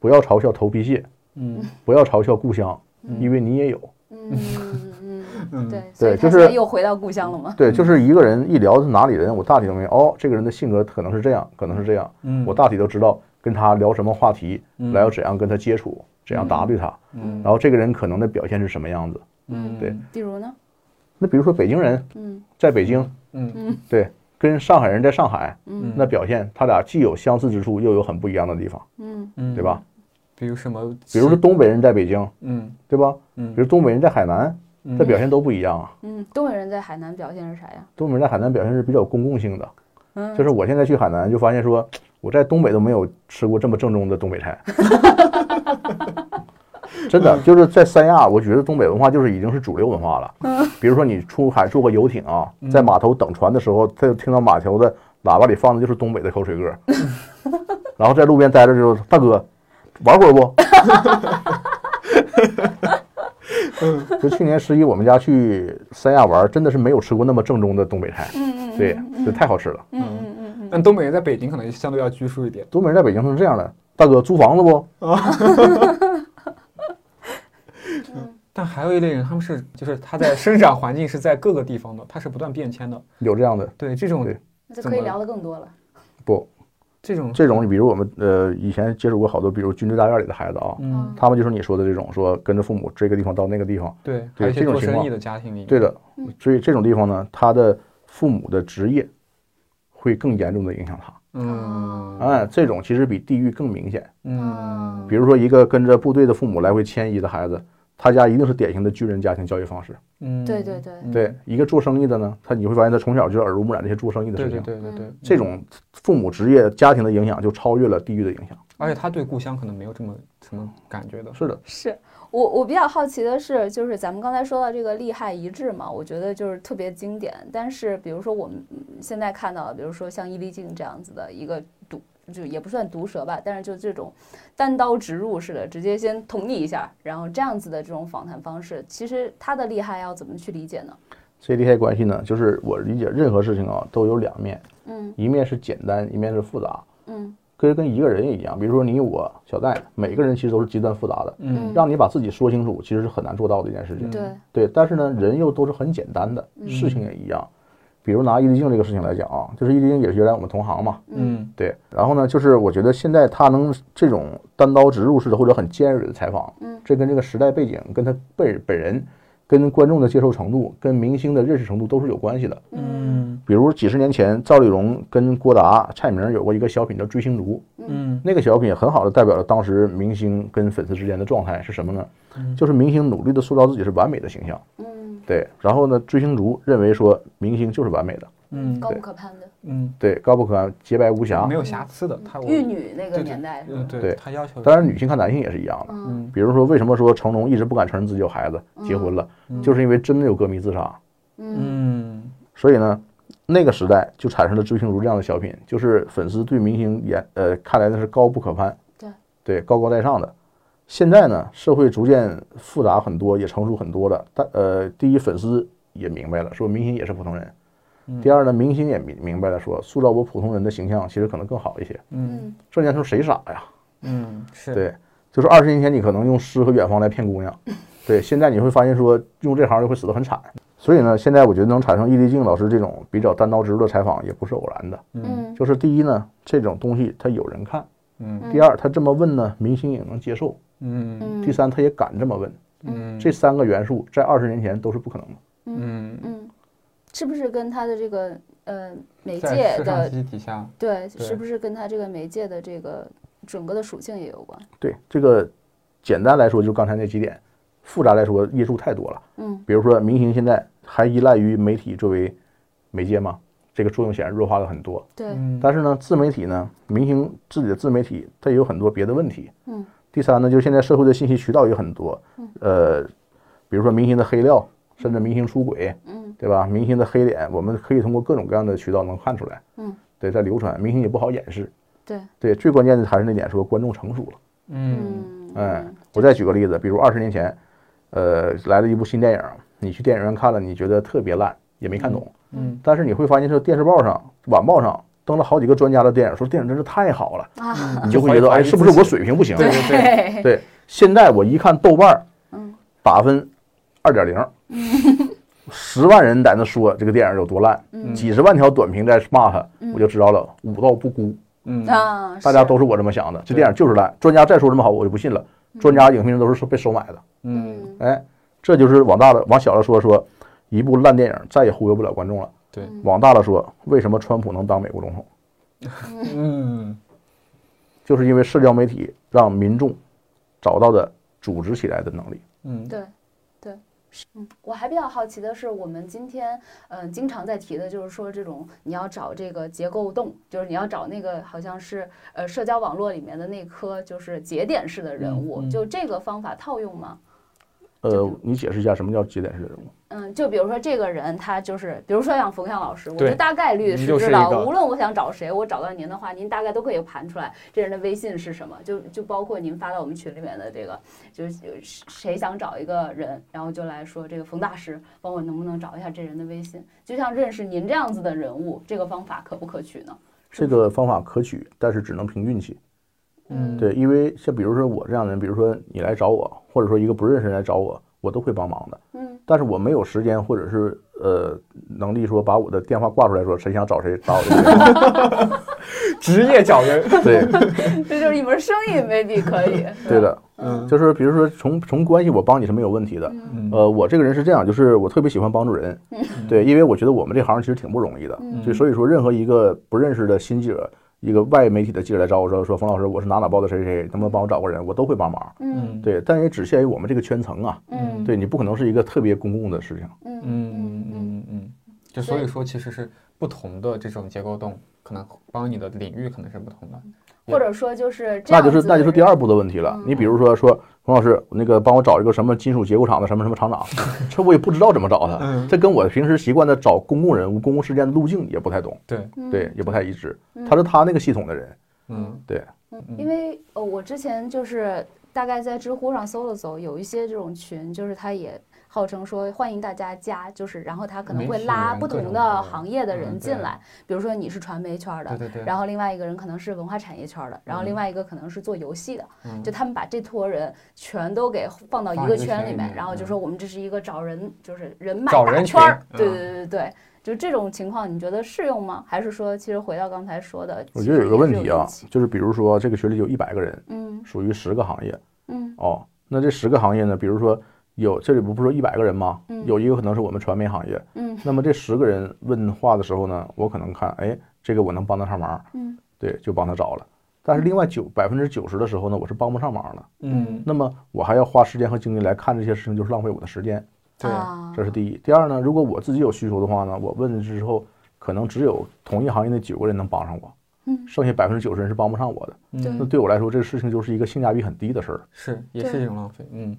Speaker 3: 不要嘲笑头皮屑，
Speaker 2: 嗯
Speaker 3: 不要嘲笑故乡，因为你也有。
Speaker 1: 嗯嗯嗯，
Speaker 2: 嗯
Speaker 1: 对，所以
Speaker 3: 对
Speaker 1: 他
Speaker 3: 就是
Speaker 1: 现在又回到故乡了吗？
Speaker 3: 对，就是一个人一聊是哪里人，我大体都明白。哦，这个人的性格可能是这样，可能是这样，
Speaker 2: 嗯
Speaker 3: 我大体都知道跟他聊什么话题，来要怎样跟他接触，怎样答对他。
Speaker 1: 嗯
Speaker 3: 然后这个人可能的表现是什么样子？
Speaker 1: 嗯，
Speaker 3: 对，
Speaker 1: 比如呢？
Speaker 3: 那比如说北京人
Speaker 1: 嗯
Speaker 3: 在北京，
Speaker 2: 嗯
Speaker 3: 对，跟上海人在上海，
Speaker 1: 嗯
Speaker 3: 那表现他俩既有相似之处，又有很不一样的地方，
Speaker 1: 嗯
Speaker 2: 嗯，
Speaker 3: 对吧？？
Speaker 2: 比如什么？
Speaker 3: 比如说，东北人在北京，
Speaker 2: 嗯
Speaker 3: 对吧？
Speaker 2: 嗯
Speaker 3: 比如东北人在海南，这表现都不一样啊。
Speaker 1: 嗯，东北人在海南表现是啥呀？
Speaker 3: 东北人在海南表现是比较公共性的，
Speaker 1: 嗯
Speaker 3: 就是我现在去海南就发现说，我在东北都没有吃过这么正宗的东北菜。真的，就是在三亚，我觉得东北文化就是已经是主流文化了。
Speaker 1: 嗯
Speaker 3: <laughs> 比如说你出海坐个游艇啊，在码头等船的时候，他就听到码头的喇叭里放的就是东北的口水
Speaker 1: <laughs>
Speaker 3: 歌，然后在路边待着就大哥，玩会儿不？ <laughs> 就去年十一我们家去三亚玩，真的是没有吃过那么正宗的东北菜，
Speaker 1: 嗯
Speaker 3: 对，这太好吃了。
Speaker 1: 嗯嗯嗯嗯，
Speaker 2: 但东北人在北京可能相对要拘束一点。
Speaker 3: 东北人在北京是这样的，大哥租房子不？
Speaker 1: 嗯
Speaker 2: 但还有一类人，他们是就是他在生长环境是在各个地方的，他是不断变迁的。
Speaker 3: 有这样的
Speaker 2: 对这种
Speaker 3: 对
Speaker 1: 那就
Speaker 2: 怎
Speaker 1: 可以
Speaker 2: 么
Speaker 1: 聊的更多了。
Speaker 3: 不？
Speaker 2: 这种
Speaker 3: 这种你比如我们呃以前接触过好多，比如军队大院里的孩子啊，
Speaker 1: 哦
Speaker 2: 嗯，
Speaker 3: 他们就是你说的这种说跟着父母这个地方到那个地方，
Speaker 2: 对，还有
Speaker 3: 对
Speaker 2: 一些
Speaker 3: 这种
Speaker 2: 做
Speaker 3: 情
Speaker 2: 生意
Speaker 3: 况
Speaker 2: 的家庭里，
Speaker 3: 对，的，所以这种地方呢，他的父母的职业会更严重的影响他。
Speaker 2: 嗯
Speaker 1: 哦
Speaker 3: 嗯，这种其实比地域更明显。啊
Speaker 2: 嗯
Speaker 3: 比如说一个跟着部队的父母来回迁移的孩子，他家一定是典型的军人家庭教育方式。
Speaker 2: 嗯，
Speaker 1: 对对对，
Speaker 3: 对，一个做生意的呢，他你会发现他从小就耳濡目染这些做生意的
Speaker 2: 对
Speaker 3: 事
Speaker 2: 对
Speaker 3: 情。
Speaker 2: 对对
Speaker 1: 嗯
Speaker 2: 对，
Speaker 3: 这种父母职业家庭的影响就超越了地域的影响。
Speaker 2: 而且他对故乡可能没有这么什么感觉的。
Speaker 3: 是的，
Speaker 1: 是我我比较好奇的是，就是咱们刚才说到这个利害一致嘛，我觉得就是特别经典。但是比如说我们嗯现在看到的，比如说像伊丽静这样子的一个毒，就也不算毒舌吧，但是就这种单刀直入似的，直接先捅你一下，然后这样子的这种访谈方式，其实它的利害要怎么去理解呢？
Speaker 3: 这利害关系呢，就是我理解任何事情啊都有两面，
Speaker 1: 嗯
Speaker 3: 一面是简单，一面是复杂。
Speaker 1: 嗯
Speaker 3: 跟跟一个人也一样，比如说你我小戴，每个人其实都是极端复杂的，
Speaker 1: 嗯，
Speaker 3: 让你把自己说清楚，其实是很难做到的一件事情。
Speaker 1: 对，嗯
Speaker 3: 对，但是呢，人又都是很简单的，事情也一样。比如拿伊丽静这个事情来讲啊，就是伊丽静也是原来我们同行嘛，
Speaker 2: 嗯
Speaker 3: 对。然后呢，就是我觉得现在他能这种单刀直入式的或者很尖锐的采访，
Speaker 1: 嗯，
Speaker 3: 这跟这个时代背景、跟他本本人、跟观众的接受程度、跟明星的认识程度都是有关系的。
Speaker 2: 嗯
Speaker 3: 比如几十年前，赵丽蓉跟郭达、蔡明有过一个小品叫《追星族》，
Speaker 2: 嗯
Speaker 3: 那个小品很好的代表了当时明星跟粉丝之间的状态是什么呢？就是明星努力的塑造自己是完美的形象，
Speaker 1: 嗯
Speaker 3: 对。然后呢，追星族认为说明星就是完美的，
Speaker 2: 嗯
Speaker 1: 高不可攀的
Speaker 2: 嗯，
Speaker 3: 对，高不可攀，洁白无瑕
Speaker 2: 没。有瑕疵的，他我
Speaker 1: 玉女那个
Speaker 2: 对对
Speaker 1: 年代是
Speaker 2: 嗯
Speaker 1: 吧？
Speaker 2: 对，
Speaker 3: 嗯对
Speaker 2: 他要求
Speaker 3: 当然，女性看男性也是一样的。
Speaker 1: 嗯
Speaker 3: 比如说，为什么说成龙一直不敢承认自己有孩子，结婚了，就是因为真的有歌迷自杀。
Speaker 2: 嗯
Speaker 3: 所以呢，那个时代就产生了《追星族》这样的小品，就是粉丝对明星眼呃看来的是高不可攀，
Speaker 1: 对
Speaker 3: 对高高在上的。现在呢，社会逐渐复杂很多，也成熟很多了。但呃，第一，粉丝也明白了，说明星也是普通人。第二呢，明星也明明白了说，塑造我普通人的形象，其实可能更好一些。
Speaker 1: 嗯
Speaker 3: 这年头谁傻呀？
Speaker 2: 嗯是，
Speaker 3: 对，就是二十年前你可能用诗和远方来骗姑娘，对，现在你会发现说用这行就会死得很惨。所以呢，现在我觉得能产生易立竞老师这种比较单刀直入的采访也不是偶然的。
Speaker 1: 嗯
Speaker 3: 就是第一呢，这种东西它有人看；
Speaker 2: 嗯
Speaker 3: 第二，他这么问呢，明星也能接受；
Speaker 2: 嗯
Speaker 1: 嗯，
Speaker 3: 第三，他也敢这么问。
Speaker 2: 嗯
Speaker 3: 这三个元素在二十年前都是不可能的。
Speaker 2: 嗯，
Speaker 1: 嗯，是不是跟他的这个呃媒
Speaker 2: 在
Speaker 1: 介
Speaker 2: 市场
Speaker 1: 的
Speaker 2: 信息底下，
Speaker 1: 对，
Speaker 2: 对
Speaker 1: 是不是跟他这个媒介的这个整个的属性也有关？
Speaker 3: 对这个，简单来说就刚才那几点，复杂来说因素太多了。
Speaker 1: 嗯
Speaker 3: 比如说，明星现在还依赖于媒体作为媒介吗？这个作用显然弱化了很多。
Speaker 1: 对，
Speaker 2: 嗯，
Speaker 3: 但是呢，自媒体呢，明星自己的自媒体，它也有很多别的问题。
Speaker 1: 嗯
Speaker 3: 第三呢，就是现在社会的信息渠道也很多，呃，比如说明星的黑料，甚至明星出轨，
Speaker 1: 嗯
Speaker 3: 对吧？明星的黑脸，我们可以通过各种各样的渠道能看出来。
Speaker 1: 嗯，
Speaker 3: 对，在流传，明星也不好掩饰。
Speaker 1: 对，
Speaker 3: 对，最关键的还是那点，说观众成熟了。
Speaker 2: 嗯
Speaker 1: 嗯
Speaker 3: 哎，我再举个例子，比如二十年前，呃，来了一部新电影，你去电影院看了，你觉得特别烂，也没看懂，
Speaker 2: 嗯，
Speaker 3: 但是你会发现，这电视报上、晚报上登了好几个专家的电影，说电影真是太好了，
Speaker 1: 啊， <laughs>
Speaker 3: 你就会觉得，
Speaker 2: 怀疑
Speaker 3: 哎，
Speaker 2: 自
Speaker 3: 是不是
Speaker 2: 己
Speaker 3: 我水平不行？
Speaker 2: 对嗯对
Speaker 1: 对，
Speaker 3: 对，现在我一看豆瓣儿
Speaker 1: 嗯
Speaker 3: 打分二点零，
Speaker 1: <laughs>
Speaker 3: 十万人在那说这个电影有多烂，
Speaker 1: 嗯
Speaker 3: 几十万条短评在骂他，
Speaker 1: 嗯
Speaker 3: 我就知道了，武道不孤，
Speaker 2: 嗯
Speaker 1: 啊，
Speaker 3: 大家
Speaker 1: 是
Speaker 3: 都是我这么想的，这电影就是烂，专家再说这么好，我就不信了，专家、影评人都是被收买的。
Speaker 2: 嗯，
Speaker 1: 嗯
Speaker 3: 哎，这就是往大了往小了说说，一部烂电影再也忽悠不了观众了。
Speaker 2: 对，
Speaker 3: 往大了说，为什么川普能当美国总统？
Speaker 2: 嗯
Speaker 3: 就是因为社交媒体让民众找到的组织起来的能力。
Speaker 2: 嗯，
Speaker 1: 对。对，嗯，我还比较好奇的是，我们今天嗯、呃经常在提的就是说，这种你要找这个结构洞，就是你要找那个好像是呃社交网络里面的那颗就是节点式的人
Speaker 2: 嗯
Speaker 1: 物，
Speaker 2: 嗯
Speaker 1: 就这个方法套用吗？
Speaker 3: 呃，你解释一下什么叫节点式人物？
Speaker 1: 嗯，就比如说这个人，他就是，比如说像冯翔老师，我
Speaker 2: 对
Speaker 1: 就大概率
Speaker 2: 你
Speaker 1: 是
Speaker 2: 就是
Speaker 1: 知
Speaker 2: 一
Speaker 1: 道，
Speaker 2: 个
Speaker 1: 无论我想找谁，我找到您的话，您大概都可以盘出来这人的微信是什么，就就包括您发到我们群里面的这个，就是谁想找一个人，然后就来说这个冯大师，帮我能不能找一下这人的微信？就像认识您这样子的人物，这个方法可不可取呢？
Speaker 3: 这个方法可取，但是只能凭运气。
Speaker 2: 嗯
Speaker 3: 对，因为像比如说我这样的人，比如说你来找我，或者说一个不认识人来找我，我都会帮忙的。
Speaker 1: 嗯
Speaker 3: 但是我没有时间，或者是呃能力说把我的电话挂出来说谁想找谁打我的电话。
Speaker 2: 职业找人，
Speaker 1: <laughs>
Speaker 3: 对，
Speaker 1: 这就是一门生意，maybe
Speaker 3: <laughs>
Speaker 1: 可以。
Speaker 3: 嗯对
Speaker 1: 吧，
Speaker 3: 的，
Speaker 2: 嗯
Speaker 3: 就是比如说从从关系我帮你是没有问题的。
Speaker 1: 嗯
Speaker 3: 呃，我这个人是这样，就是我特别喜欢帮助人，对，因为我觉得我们这行其实挺不容易的，
Speaker 1: 嗯
Speaker 3: 就所以说任何一个不认识的新记者，一个外媒体的记者来找我说说冯老师，我是哪哪报的谁谁，谁，能不能帮我找个人，我都会帮忙，
Speaker 1: 嗯
Speaker 3: 对，但也只限于我们这个圈层啊，
Speaker 1: 嗯
Speaker 3: 对你不可能是一个特别公共的事情，
Speaker 1: 嗯
Speaker 2: 嗯嗯嗯，就所以说其实是不同的这种结构洞，可能帮你的领域可能是不同的。
Speaker 1: 或者说就是这
Speaker 3: 那
Speaker 1: 样
Speaker 3: 就
Speaker 1: 子的人，
Speaker 3: 是那就是第二步的问题了
Speaker 1: 嗯。
Speaker 3: 你比如说说冯老师，那个帮我找一个什么金属结构厂的什么什么厂长，这我也不知道怎么找他，这跟我平时习惯的找公共人物、公共事件的路径也不太懂，
Speaker 2: 对，
Speaker 1: 嗯
Speaker 3: 对，也不太一致
Speaker 1: 嗯。
Speaker 3: 他是他那个系统的人，
Speaker 2: 嗯
Speaker 3: 对，
Speaker 1: 嗯，因为呃，我之前就是大概在知乎上搜了搜，有一些这种群，就是他也号称说欢迎大家加，就是然后他可能
Speaker 2: 媒
Speaker 1: 会
Speaker 2: 体
Speaker 1: 拉
Speaker 2: 人
Speaker 1: 不
Speaker 2: 各
Speaker 1: 同
Speaker 2: 种
Speaker 1: 的
Speaker 2: 的
Speaker 1: 行业的
Speaker 2: 嗯
Speaker 1: 人
Speaker 2: 对
Speaker 1: 进来，比如说你是传媒圈儿的
Speaker 2: 对，对对，
Speaker 1: 然后另外一个人可能是文化产业圈儿的，然后另
Speaker 2: 嗯
Speaker 1: 外一个可能是做游戏的，
Speaker 2: 嗯
Speaker 1: 就他们把这坨人全都给放到一
Speaker 2: 放
Speaker 1: 个
Speaker 2: 一个
Speaker 1: 圈
Speaker 2: 圈
Speaker 1: 里
Speaker 2: 里
Speaker 1: 面，
Speaker 2: 面
Speaker 1: 然后就
Speaker 2: 嗯
Speaker 1: 说我们这是一个找人，就是人脉
Speaker 2: 找
Speaker 1: 大
Speaker 2: 人
Speaker 1: 圈儿。
Speaker 2: 群
Speaker 1: 对对
Speaker 2: 嗯
Speaker 1: 对对对，就这种情况，你觉得适用吗？还是说，其实回到刚才说的，
Speaker 3: 我
Speaker 1: 其
Speaker 3: 觉得
Speaker 1: 实
Speaker 3: 有
Speaker 1: 也
Speaker 3: 个问
Speaker 1: 是
Speaker 3: 题
Speaker 1: 有
Speaker 3: 啊
Speaker 1: 运气，
Speaker 3: 就是比如说这个群里有一百个人，
Speaker 1: 嗯
Speaker 3: 属于十个行业
Speaker 1: 嗯
Speaker 3: 哦。那这十个行业呢，比如说有这里不不是说一百个人吗
Speaker 1: 嗯？
Speaker 3: 有一个可能是我们传媒行业。
Speaker 1: 嗯
Speaker 3: 那么这十个人问话的时候呢，我可能看，哎，这个我能帮得上忙，
Speaker 1: 嗯
Speaker 3: 对，就帮他找了。但是另外九百分之九十的时候呢，我是帮不上忙了。
Speaker 2: 嗯
Speaker 3: 那么我还要花时间和精力来看这些事情，就是浪费我的时间，
Speaker 2: 对，
Speaker 1: 啊
Speaker 3: 这是第一。第二呢，如果我自己有需求的话呢，我问了之后，可能只有同一行业那九个人能帮上我，
Speaker 1: 嗯
Speaker 3: 剩下百分之九十人是帮不上我的。那
Speaker 2: 嗯
Speaker 3: 对我来说，这个事情就是一个性价比很低的事儿。
Speaker 2: 是也是一种浪费，嗯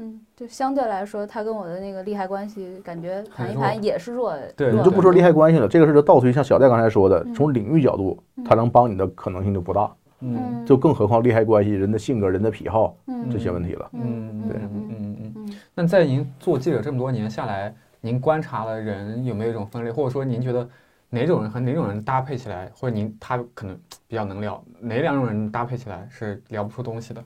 Speaker 1: 嗯，就相对来说，它跟我的那个利害关系感觉
Speaker 2: 很
Speaker 1: 盘一
Speaker 2: 弱
Speaker 1: 盘也是弱，
Speaker 2: 对
Speaker 1: 弱
Speaker 3: 你就不说利害关系了，这个事儿就倒推，像小戴刚才说的
Speaker 1: 嗯，
Speaker 3: 从领域角度，它能帮你的可能性就不大，
Speaker 2: 嗯
Speaker 1: 嗯
Speaker 3: 就更何况利害关系、人的性格、人的癖好
Speaker 1: 嗯
Speaker 3: 这些问题了。
Speaker 2: 嗯
Speaker 1: 嗯
Speaker 2: 对
Speaker 1: 嗯
Speaker 2: 嗯嗯嗯。
Speaker 1: 嗯
Speaker 2: 那在您做记者这么多年下来，您观察了人有没有一种分类，或者说您觉得哪种人和哪种人搭配起来，或者您他可能比较能聊，哪两种人搭配起来是聊不出东西的？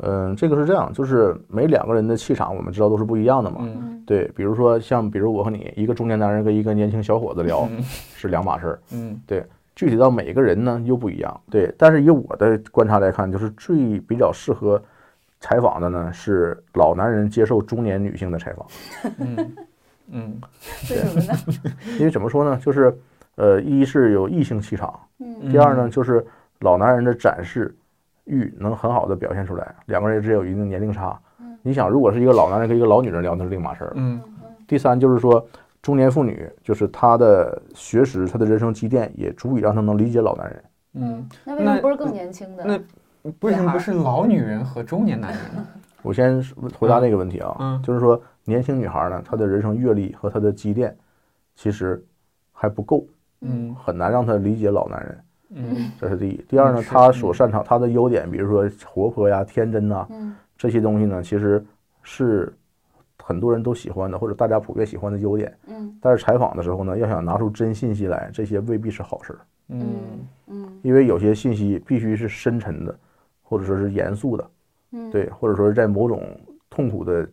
Speaker 3: 嗯，这个是这样，就是每两个人的气场，我们知道都是不一样的嘛。
Speaker 2: 嗯
Speaker 3: 对，比如说像，比如我和你，一个中年男人跟一个年轻小伙子聊
Speaker 2: 嗯
Speaker 3: 是两码事儿，
Speaker 2: 嗯
Speaker 3: 具体到每一个人呢又不一样。对，但是以我的观察来看，就是最比较适合采访的呢是老男人接受中年女性的采访，
Speaker 2: 嗯嗯
Speaker 1: 为什么呢？
Speaker 3: 因为怎么说呢，就是呃，一是有异性气场，
Speaker 1: 嗯
Speaker 2: 嗯
Speaker 3: 第二呢就是老男人的展示欲能很好的表现出来，两个人之间有一定年龄差
Speaker 1: 嗯。
Speaker 3: 你想，如果是一个老男人跟一个老女人聊，那是另码事儿了。
Speaker 2: 嗯
Speaker 1: 嗯
Speaker 3: 第三就是说，中年妇女就是她的学识、她的人生积淀，也足以让她能理解老男人。
Speaker 2: 嗯，，
Speaker 1: 那为什么
Speaker 2: 那
Speaker 1: 不是更年轻的？
Speaker 2: 那嗯为什么不
Speaker 1: 女
Speaker 2: 是老女人和中年男人呢？
Speaker 3: 我先回答那个问题啊，
Speaker 2: 嗯
Speaker 3: 就是说，年轻女孩呢，她的人生阅历和她的积淀，其实还不够，
Speaker 2: 嗯
Speaker 3: 很难让她理解老男人。
Speaker 2: 嗯
Speaker 3: 这是第一。第二呢，
Speaker 2: 嗯是
Speaker 3: 她所擅长她的优点，比如说活泼呀、天真呐、
Speaker 1: 嗯
Speaker 3: 这些东西呢，其实是很多人都喜欢的，或者大家普遍喜欢的优点。
Speaker 1: 嗯
Speaker 3: 但是采访的时候呢，要想拿出真信息来，这些未必是好事儿。
Speaker 2: 嗯
Speaker 1: 嗯
Speaker 3: 因为有些信息必须是深沉的，或者说是严肃的，
Speaker 1: 嗯，
Speaker 3: 对，或者说是在某种痛苦的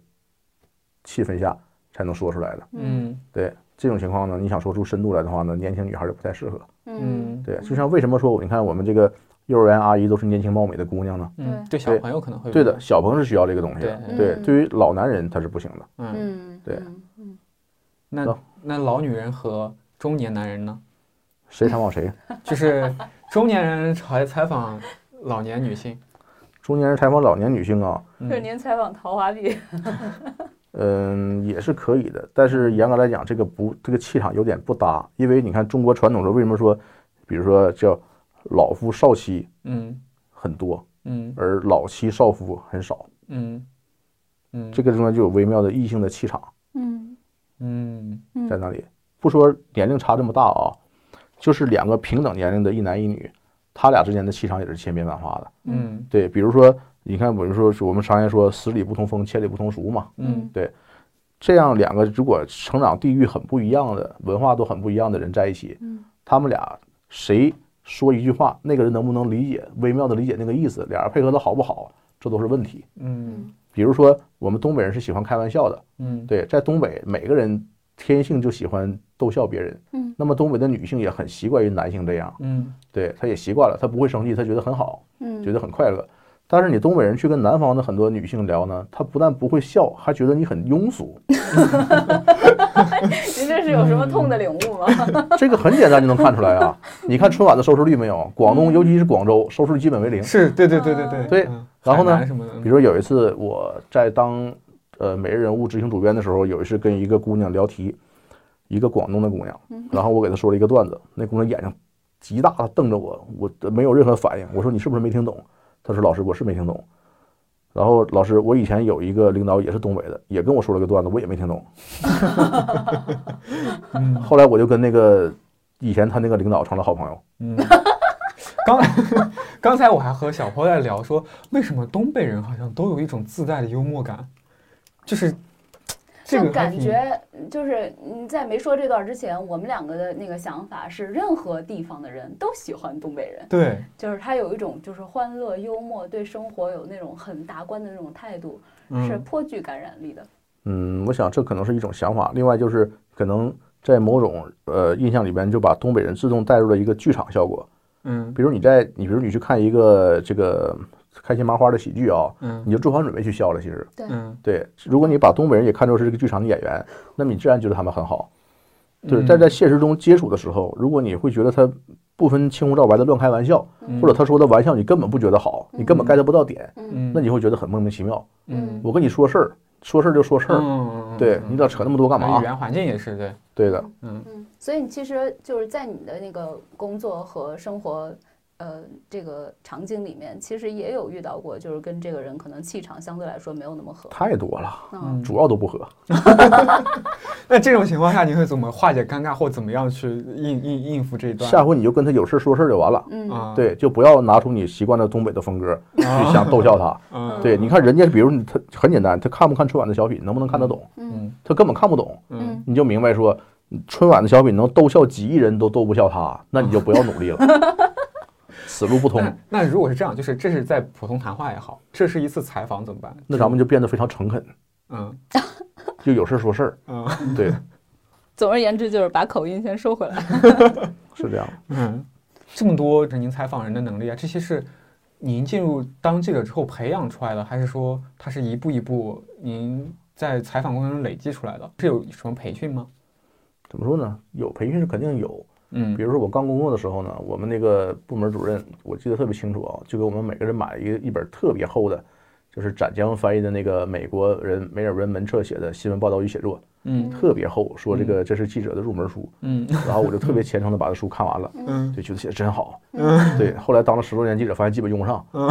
Speaker 3: 气氛下才能说出来的。
Speaker 1: 嗯
Speaker 2: 嗯
Speaker 3: 对这种情况呢，你想说出深度来的话呢，年轻女孩就不太适合。
Speaker 1: 嗯
Speaker 2: 嗯
Speaker 3: 对，就像为什么说我你看我们这个幼儿园阿姨都是年轻貌美的姑娘呢？
Speaker 2: 嗯，对小朋友可能会
Speaker 3: 对的，，小朋友是需要这个东西的。
Speaker 2: 对，
Speaker 3: 对，
Speaker 1: 嗯
Speaker 3: 对于老男人他是不行的。
Speaker 2: 嗯，
Speaker 1: 嗯，
Speaker 3: 对
Speaker 1: 嗯嗯
Speaker 2: 那那老女人和中年男人呢？
Speaker 3: 谁采访谁？
Speaker 2: <laughs> 就是中年人采采访老年女 <laughs> 性，
Speaker 3: 中年人采访老年女性啊，
Speaker 2: 嗯
Speaker 1: 就是您采访《桃花币》，
Speaker 3: 嗯，也是可以的，但是严格来讲，这个不，这个气场有点不搭，因为你看中国传统说为什么说，比如说叫老夫少妻
Speaker 2: 嗯
Speaker 3: 很多，
Speaker 2: 嗯
Speaker 3: 而老妻少夫很少，
Speaker 2: 嗯嗯，
Speaker 3: 这个中间就有微妙的异性的气场
Speaker 1: 嗯
Speaker 2: 嗯
Speaker 1: 嗯
Speaker 3: 在那里。不说年龄差这么大啊，就是两个平等年龄的一男一女，他俩之间的气场也是千变万化的。
Speaker 2: 嗯
Speaker 3: 对，比如说你看，我们说我们常言说十里不同风，千里不同俗嘛，
Speaker 2: 嗯
Speaker 3: 这样两个如果成长地域很不一样的，文化都很不一样的人在一起，
Speaker 1: 嗯
Speaker 3: 他们俩谁说一句话，那个人能不能理解，微妙的理解那个意思，俩人配合的好不好，这都是问题。
Speaker 2: 嗯
Speaker 3: 比如说，我们东北人是喜欢开玩笑的，
Speaker 2: 嗯，
Speaker 3: 对，在东北每个人天性就喜欢逗笑别人，
Speaker 1: 嗯
Speaker 3: 那么东北的女性也很习惯于男性这样，
Speaker 2: 嗯
Speaker 3: 对，她也习惯了，她不会生气，她觉得很好，
Speaker 1: 嗯，
Speaker 3: 觉得很快乐。但是你东北人去跟南方的很多女性聊呢，她不但不会笑，还觉得你很庸俗，
Speaker 1: 您这是有什么痛的领悟吗？
Speaker 3: 这个很简单就能看出来啊。你看春晚的收视率没有？广东尤其是广州，收视率基本为零。
Speaker 2: 是对对对对对
Speaker 3: 对
Speaker 2: 嗯
Speaker 3: 然后呢
Speaker 2: 海南什么的，
Speaker 3: 比如有一次我在当呃每日人物执行主编的时候，有一次跟一个姑娘聊题，一个广东的姑娘
Speaker 1: 嗯，
Speaker 3: 然后我给她说了一个段子，那姑娘眼睛极大的瞪着我，我没有任何反应。我说你是不是没听懂？她说老师我是没听懂。然后老师，我以前有一个领导也是东北的，也跟我说了个段子，我也没听懂。
Speaker 2: 嗯
Speaker 3: 后来我就跟那个以前他那个领导成了好朋友。
Speaker 2: 嗯， <laughs> 刚 <laughs> 刚才我还和小坡在聊说，为什么东北人好像都有一种自带的幽默感，就是这
Speaker 1: 就
Speaker 2: 个还
Speaker 1: 感
Speaker 2: 挺
Speaker 1: 觉就是你在没说这段之前，我们两个的那个想法是，任何地方的人都喜欢东北人，
Speaker 2: 对，
Speaker 1: 就是他有一种就是欢乐幽默，对生活有那种很达观的那种态度，是
Speaker 2: 嗯
Speaker 1: 颇具感染力的。
Speaker 3: 嗯，我想这可能是一种想法。另外就是可能在某种呃印象里边，就把东北人自动带入了一个剧场效果。
Speaker 2: 嗯
Speaker 3: 比如你在你比如你去看一个这个开心麻花的喜剧啊，
Speaker 2: 嗯
Speaker 3: 你就做好准备去笑了。其实
Speaker 2: 嗯
Speaker 3: 对，如果你把东北人也看作是这个剧场的演员，那么你自然觉得他们很好。就是
Speaker 2: 嗯
Speaker 3: 在在现实中接触的时候，如果你会觉得他不分青红皂白的乱开玩笑，
Speaker 2: 嗯
Speaker 3: 或者他说的玩笑你根本不觉得好，你根本
Speaker 2: 嗯
Speaker 3: get 不到点，
Speaker 1: 嗯
Speaker 2: 嗯，
Speaker 3: 那你会觉得很莫名其妙。
Speaker 2: 嗯
Speaker 3: 我跟你说事儿，说事儿就说事儿，
Speaker 2: 嗯哎
Speaker 3: 对你老扯那么多干嘛
Speaker 2: 语？言环境也是对，
Speaker 3: 对的，
Speaker 2: 嗯
Speaker 1: 嗯，所以你其实就是在你的那个工作和生活。呃，这个场景里面其实也有遇到过，就是跟这个人可能气场相对来说没有那么合。
Speaker 3: 太多了，
Speaker 1: 嗯
Speaker 2: 嗯，
Speaker 3: 主要都不合。
Speaker 2: 那这种情况下你会怎么化解尴尬，或怎么样去应应应付这一段？
Speaker 3: 下回你就跟他有事儿说事儿就完了。
Speaker 1: 嗯
Speaker 2: 啊，
Speaker 3: 对，就不要拿出你习惯的东北的风格去
Speaker 2: 啊
Speaker 3: 想逗笑他。
Speaker 2: 嗯，
Speaker 3: 对，你看人家，比如你他很简单，他看不看春晚的小品，能不能看得懂？
Speaker 1: 嗯
Speaker 2: 嗯
Speaker 3: 他根本看不懂，
Speaker 2: 嗯
Speaker 3: 你就明白说，春晚的小品能逗笑几亿人都逗不笑他，那你就不要
Speaker 2: <laughs>
Speaker 3: 努力了，此路不通。
Speaker 2: 那那如果是这样，就是这是在普通谈话也好，这是一次采访怎么办？
Speaker 3: 那咱们就变得非常诚恳，
Speaker 2: 嗯
Speaker 3: 就有事儿说事儿。
Speaker 2: 嗯
Speaker 3: 对，
Speaker 1: 总而言之，就是把口音先收回来。
Speaker 3: 是这样。
Speaker 2: 嗯，这么多就是您采访人的能力啊，这些是您进入当记者之后培养出来的，还是说它是一步一步您在采访过程中累积出来的？是有什么培训吗？
Speaker 3: 怎么说呢？有培训是肯定有，
Speaker 2: 嗯
Speaker 3: 比如说我刚工作的时候呢，我们那个部门主任，我记得特别清楚啊，就给我们每个人买了一个一本特别厚的，就是展江翻译的那个美国人梅尔文门彻写的《新闻报道与写作》，
Speaker 2: 嗯
Speaker 3: 特别厚，说这个这是记者的入门书。
Speaker 2: 嗯
Speaker 3: 然后我就特别虔诚的把这书看完了，
Speaker 2: 嗯
Speaker 3: 对，觉得写的真好。对，后来当了十多年记者，发现基本用不上，
Speaker 2: 嗯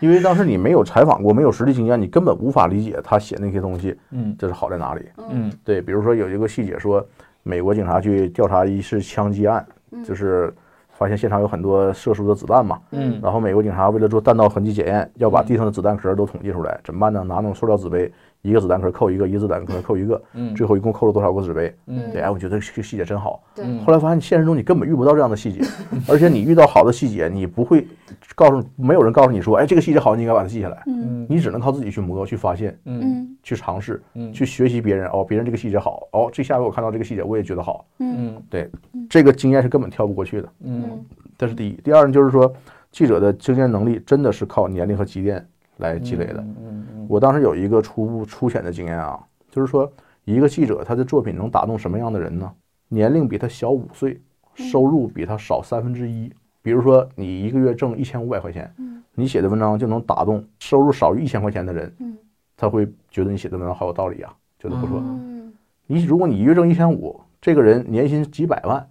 Speaker 3: 因为当时你没有采访过，没有实际经验，你根本无法理解他写那些东西
Speaker 2: 嗯
Speaker 3: 这是好在哪里。
Speaker 2: 嗯
Speaker 3: 对，比如说有一个细节说，美国警察去调查一次枪击案，就是发现现场有很多射出的子弹嘛。
Speaker 2: 嗯
Speaker 3: 然后美国警察为了做弹道痕迹检验，要把地上的子弹壳都统计出来，怎么办呢？拿那种塑料纸杯，一个子弹壳扣一个，一个子弹壳扣一个，
Speaker 2: 嗯
Speaker 3: 最后一共扣了多少个纸杯？
Speaker 2: 嗯
Speaker 3: 对，哎，我觉得这个细节真好。
Speaker 1: 对
Speaker 2: 嗯
Speaker 3: 后来发现现实中你根本遇不到这样的细节， <laughs> 而且你遇到好的细节，你不会告诉没有人告诉你说，哎，这个细节好，你应该把它记下来，
Speaker 2: 嗯
Speaker 3: 你只能靠自己去磨、去发现、
Speaker 2: 嗯
Speaker 1: 嗯
Speaker 3: 去尝试。
Speaker 2: 嗯
Speaker 3: 去学习别人哦，别人这个细节好哦，这下回我看到这个细节我也觉得好，
Speaker 1: 嗯
Speaker 2: 嗯
Speaker 3: 对，这个经验是根本跳不过去的，
Speaker 2: 嗯
Speaker 1: 嗯
Speaker 3: 这是第一。第二呢，就是说记者的经验能力真的是靠年龄和积淀来积累的。
Speaker 2: 嗯嗯
Speaker 3: 我当时有一个初粗浅的经验啊，就是说一个记者他的作品能打动什么样的人呢？年龄比他小五岁，收入比他少三分之一。比如说你一个月挣一千五百块钱，你写的文章就能打动收入少于一千块钱的人，
Speaker 1: 嗯
Speaker 3: 他会觉得你写的文章好有道理啊，觉得不错。
Speaker 2: 嗯
Speaker 1: 嗯
Speaker 3: 你如果你一月挣一千五，这个人年薪几百万，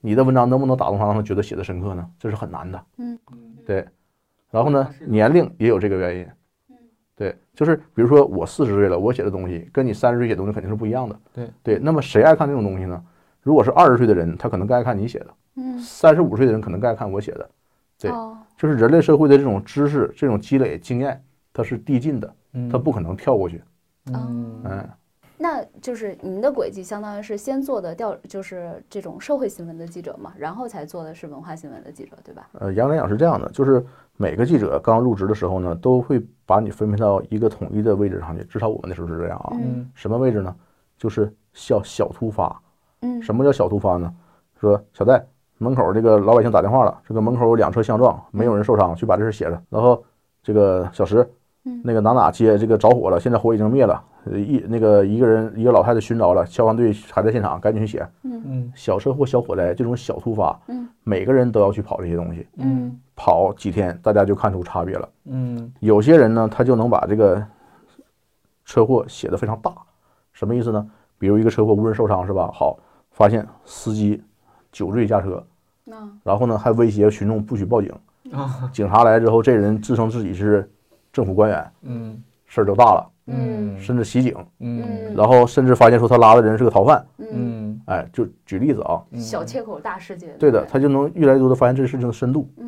Speaker 3: 你的文章能不能打动他，让他觉得写的深刻呢？这是很难的。
Speaker 1: 嗯，
Speaker 3: 对。然后呢
Speaker 2: 哦他是，嗯
Speaker 3: 年龄也有这个原因。对，就是比如说我四十岁了，我写的东西跟你三十岁写的东西肯定是不一样的。
Speaker 2: 对
Speaker 3: 对，那么谁爱看这种东西呢？如果是二十岁的人，他可能更爱看你写的；
Speaker 1: 嗯
Speaker 3: 三十五岁的人可能更爱看我写的。对
Speaker 1: 哦
Speaker 3: 就是人类社会的这种知识、这种积累经验，它是递进的，
Speaker 2: 嗯
Speaker 3: 它不可能跳过去。
Speaker 2: 嗯
Speaker 1: 哦
Speaker 3: 嗯，
Speaker 1: 那就是您的轨迹，相当于是先做的调，就是这种社会新闻的记者嘛，然后才做的是文化新闻的记者，对吧？
Speaker 3: 呃，杨来讲是这样的，就是每个记者刚入职的时候呢，都会把你分配到一个统一的位置上去，至少我们那时候是这样啊。
Speaker 2: 嗯
Speaker 3: 什么位置呢？就是小小突发。
Speaker 1: 嗯
Speaker 3: 什么叫小突发呢？说小戴门口这个老百姓打电话了，这个门口有两车相撞，没有人受伤，去把这事写了。然后这个小石
Speaker 1: 嗯，
Speaker 3: 那个哪哪街这个着火了，现在火已经灭了，呃一那个一个人一个老太太熏着了，消防队还在现场，赶紧去写。
Speaker 2: 嗯
Speaker 3: 小车祸、小火灾这种小突发，
Speaker 1: 嗯
Speaker 3: 每个人都要去跑这些东西。
Speaker 1: 嗯
Speaker 3: 跑几天，大家就看出差别了。
Speaker 2: 嗯
Speaker 3: 有些人呢，他就能把这个车祸写得非常大，什么意思呢？比如一个车祸无人受伤是吧？好，发现司机酒醉驾车，
Speaker 1: 那
Speaker 3: 然后呢还威胁群众不许报警，
Speaker 2: 啊
Speaker 3: 警察来之后，这人自称自己是政府官员，
Speaker 2: 嗯
Speaker 3: 事儿就大了，
Speaker 2: 嗯
Speaker 3: 甚至袭警，
Speaker 2: 嗯
Speaker 3: 然后甚至发现说他拉的人是个逃犯。
Speaker 1: 嗯
Speaker 2: 嗯
Speaker 3: 哎，就举例子啊，
Speaker 1: 嗯，小切口大世界，
Speaker 3: 对
Speaker 1: 不
Speaker 3: 的，他就能越来越多的发现这事情的深度。
Speaker 1: 嗯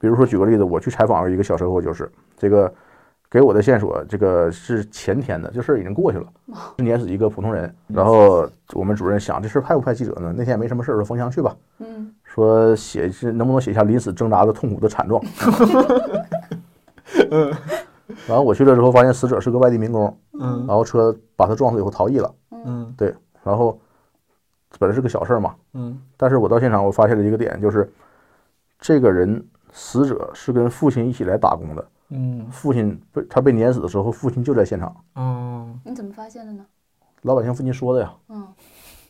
Speaker 3: 比如说举个例子，我去采访了一个小车祸，就是这个给我的线索，这个是前天的，这事儿已经过去了。之前是一个普通人，然后我们主任想这事儿派不派记者呢？那天也没什么事儿，说冯强去吧，
Speaker 1: 嗯
Speaker 3: 说写是能不能写下临死挣扎的痛苦的惨状。 <laughs> 然后我去了之后，发现死者是个外地民工，
Speaker 2: 嗯
Speaker 3: 然后车把他撞死以后逃逸了。
Speaker 2: 嗯
Speaker 3: 然后本来是个小事儿嘛，
Speaker 2: 嗯
Speaker 3: 但是我到现场我发现了一个点，就是这个人死者是跟父亲一起来打工的。
Speaker 2: 嗯
Speaker 3: 父亲被他被碾死的时候，父亲就在现场。
Speaker 2: 哦
Speaker 1: 你怎么发现的呢？
Speaker 3: 老百姓父亲说的呀，
Speaker 1: 嗯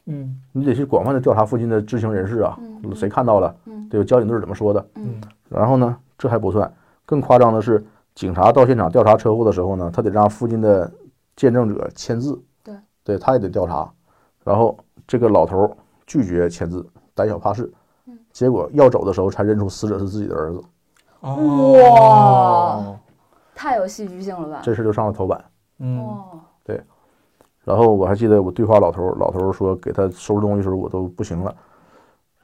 Speaker 2: 嗯
Speaker 3: 你得去广泛的调查附近的知情人士啊，
Speaker 1: 嗯
Speaker 3: 谁看到了，
Speaker 1: 嗯
Speaker 3: 对吧？交警队是怎么说的？
Speaker 1: 嗯
Speaker 3: 然后呢，这还不算，更夸张的是，警察到现场调查车祸的时候呢，他得让附近的见证者签字，
Speaker 1: 对，
Speaker 3: 对他也得调查。然后这个老头儿拒绝签字，胆小怕事
Speaker 1: 嗯，
Speaker 3: 结果要走的时候才认出死者是自己的儿子，
Speaker 2: 哦
Speaker 1: 太有戏剧性了吧？
Speaker 3: 这事就上了头版。
Speaker 2: 嗯
Speaker 1: 哦，
Speaker 3: 然后我还记得我对话老头儿，老头儿说给他收拾东西的时候我都不行了，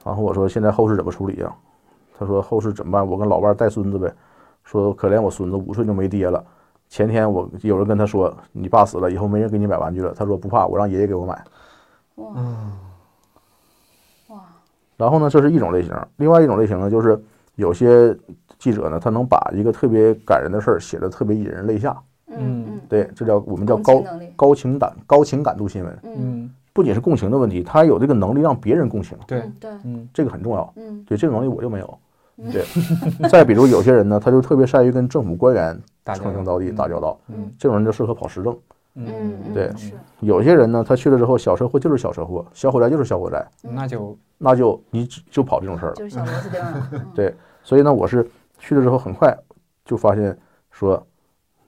Speaker 3: 然后我说现在后事怎么处理啊？他说后事怎么办？我跟老伴儿带孙子呗。说可怜我孙子五岁就没爹了，前天我有人跟他说你爸死了以后没人给你买玩具了，他说不怕，我让爷爷给我买。
Speaker 1: 哇
Speaker 2: 嗯
Speaker 1: 哇，
Speaker 3: 然后呢，这是一种类型，另外一种类型呢就是有些记者呢他能把一个特别感人的事儿写得特别引人泪下，
Speaker 1: 嗯嗯，
Speaker 3: 对，这叫我们叫
Speaker 1: 共
Speaker 3: 高
Speaker 1: 情能力，
Speaker 3: 高情感高情感度新闻，
Speaker 1: 嗯
Speaker 2: 嗯
Speaker 3: 不仅是共情的问题，他有这个能力让别人共情。
Speaker 2: 对
Speaker 1: 嗯对，
Speaker 2: 嗯
Speaker 3: 这个很重要。
Speaker 1: 嗯
Speaker 3: 对这个能力我就没有，对，再比如有些人呢，他就特别善于跟政府官员
Speaker 2: 打交
Speaker 3: 称
Speaker 2: 道
Speaker 3: 兄道弟、打交道，
Speaker 2: 嗯
Speaker 3: 这种人就适合跑时政。
Speaker 1: 嗯，嗯
Speaker 3: 对
Speaker 1: 是，
Speaker 3: 有些人呢，他去了之后，小车祸就是小车祸，小火灾就是小火灾，
Speaker 2: 那就
Speaker 3: 那就你只就跑这种事儿了。
Speaker 1: 就是小螺丝钉了。嗯
Speaker 3: 对所以呢，我是去了之后很快就发现说，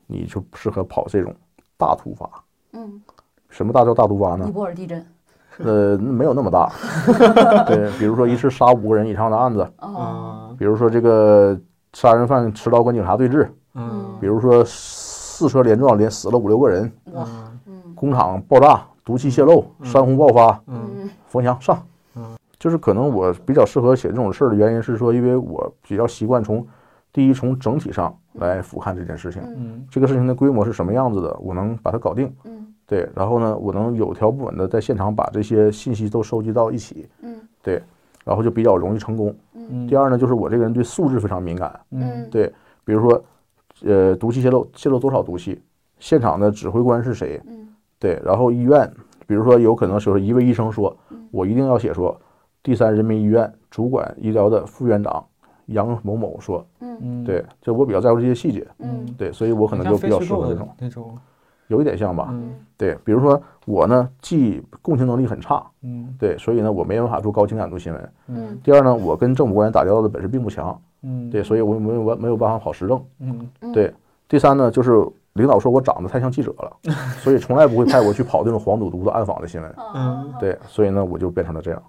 Speaker 3: 你就不适合跑这种大突发。 <laughs>
Speaker 1: 嗯，
Speaker 3: 什么大叫大突发
Speaker 1: 尼
Speaker 3: 呢？
Speaker 1: 泊尔地震
Speaker 3: 呃，没有那么大。对，比如说一次杀五个人以上的案子，
Speaker 1: 哦，
Speaker 2: 啊
Speaker 3: 比如说这个杀人犯持刀跟警察对峙，
Speaker 2: 嗯
Speaker 3: 比如说四车连撞，连死了五六个人，
Speaker 1: 哇，
Speaker 2: 嗯
Speaker 1: 嗯
Speaker 3: 工厂爆炸、毒气泄漏、山洪爆发、
Speaker 2: 嗯
Speaker 1: 嗯
Speaker 3: 冯翔上
Speaker 2: 嗯。
Speaker 3: 就是可能我比较适合写这种事儿的原因是说，因为我比较习惯从第一从整体上来俯瞰这件事情，
Speaker 1: 嗯
Speaker 2: 嗯
Speaker 3: 这个事情的规模是什么样子的，我能把它搞定。
Speaker 1: 嗯
Speaker 3: 对，然后呢，我能有条不紊的在现场把这些信息都收集到一起，
Speaker 1: 嗯
Speaker 3: 然后就比较容易成功。
Speaker 2: 嗯
Speaker 3: 第二呢，就是我这个人对素质非常敏感，
Speaker 1: 嗯，
Speaker 3: 对比如说，呃，毒气泄漏泄漏多少毒气，现场的指挥官是谁，
Speaker 1: 嗯
Speaker 3: 对，然后医院，比如说有可能是一位医生说，我一定要写说，第三人民医院主管医疗的副院长杨某某说，
Speaker 1: 嗯
Speaker 2: 嗯
Speaker 3: 对，就我比较在乎这些细节，
Speaker 1: 嗯
Speaker 3: 对，所以我可能就比较适合这种，
Speaker 2: 那种，
Speaker 3: 有一点像吧，
Speaker 2: 嗯
Speaker 3: 对，比如说我呢，既共情能力很差，
Speaker 2: 嗯
Speaker 3: 对，所以呢，我没办法做高情感度新闻。
Speaker 1: 嗯
Speaker 3: 第二呢，我跟政府官员打交道的本事并不强，
Speaker 2: 嗯，
Speaker 3: 对，所以我没有没有办法跑时政。
Speaker 2: 嗯
Speaker 1: 嗯
Speaker 3: 对第三呢，就是领导说我长得太像记者了，所以从来不会派我去跑那种黄赌毒的暗访的新闻。
Speaker 1: 哦
Speaker 3: 对，所以呢，我就变成了这样。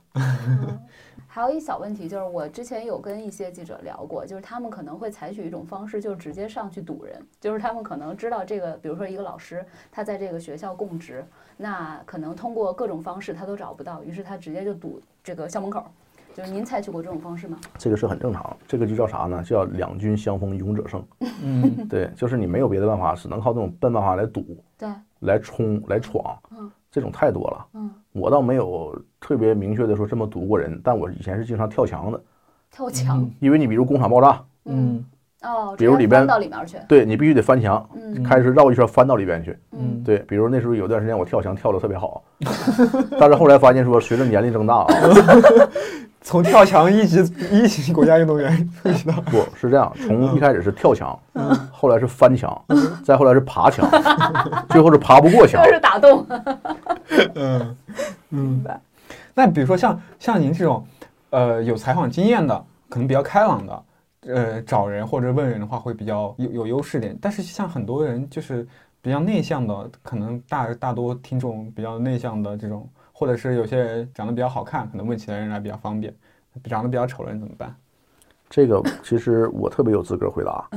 Speaker 1: 还有一小问题就是，我之前有跟一些记者聊过，就是他们可能会采取一种方式，就是直接上去堵人，就是他们可能知道这个，比如说一个老师他在这个学校供职，那可能通过各种方式他都找不到，于是他直接就堵这个校门口。就是您采取过这种方式吗？
Speaker 3: 这个是很正常，这个就叫啥呢？叫两军相逢勇者胜。
Speaker 2: 嗯
Speaker 3: 对，就是你没有别的办法，只能靠这种笨办法来赌、
Speaker 1: 对，
Speaker 3: 来冲、来闯
Speaker 1: 嗯，
Speaker 3: 这种太多了。
Speaker 1: 嗯，
Speaker 3: 我倒没有特别明确的说这么赌过人，但我以前是经常跳墙的，
Speaker 1: 跳墙，
Speaker 3: 因为你比如工厂爆炸，
Speaker 2: 嗯
Speaker 1: 哦，
Speaker 3: 比如
Speaker 1: 直接
Speaker 3: 里边
Speaker 1: 翻到里面去，
Speaker 3: 对你必须得翻墙，
Speaker 1: 嗯
Speaker 3: 开始绕一圈翻到里边去。
Speaker 2: 嗯，
Speaker 3: 对，比如那时候有段时间我跳墙跳得特别好， <laughs> 但是后来发现说随着年龄增大啊，
Speaker 2: 从跳墙一级一级国家运动员，
Speaker 3: 不是这样，从一开始是跳墙，后来是翻墙，再后来是爬墙， <laughs> 最后是爬不过墙
Speaker 1: 这。是打动，
Speaker 2: 嗯
Speaker 1: 明
Speaker 2: 嗯，
Speaker 1: 白？
Speaker 2: 那比如说像像您这种，呃，有采访经验的，可能比较开朗的。呃，找人或者问人的话会比较有有优势点，但是像很多人就是比较内向的，可能大大多听众比较内向的这种，或者是有些人长得比较好看，可能问起来人来比较方便，长得比较丑的人怎么办？
Speaker 3: 这个其实我特别有资格回答，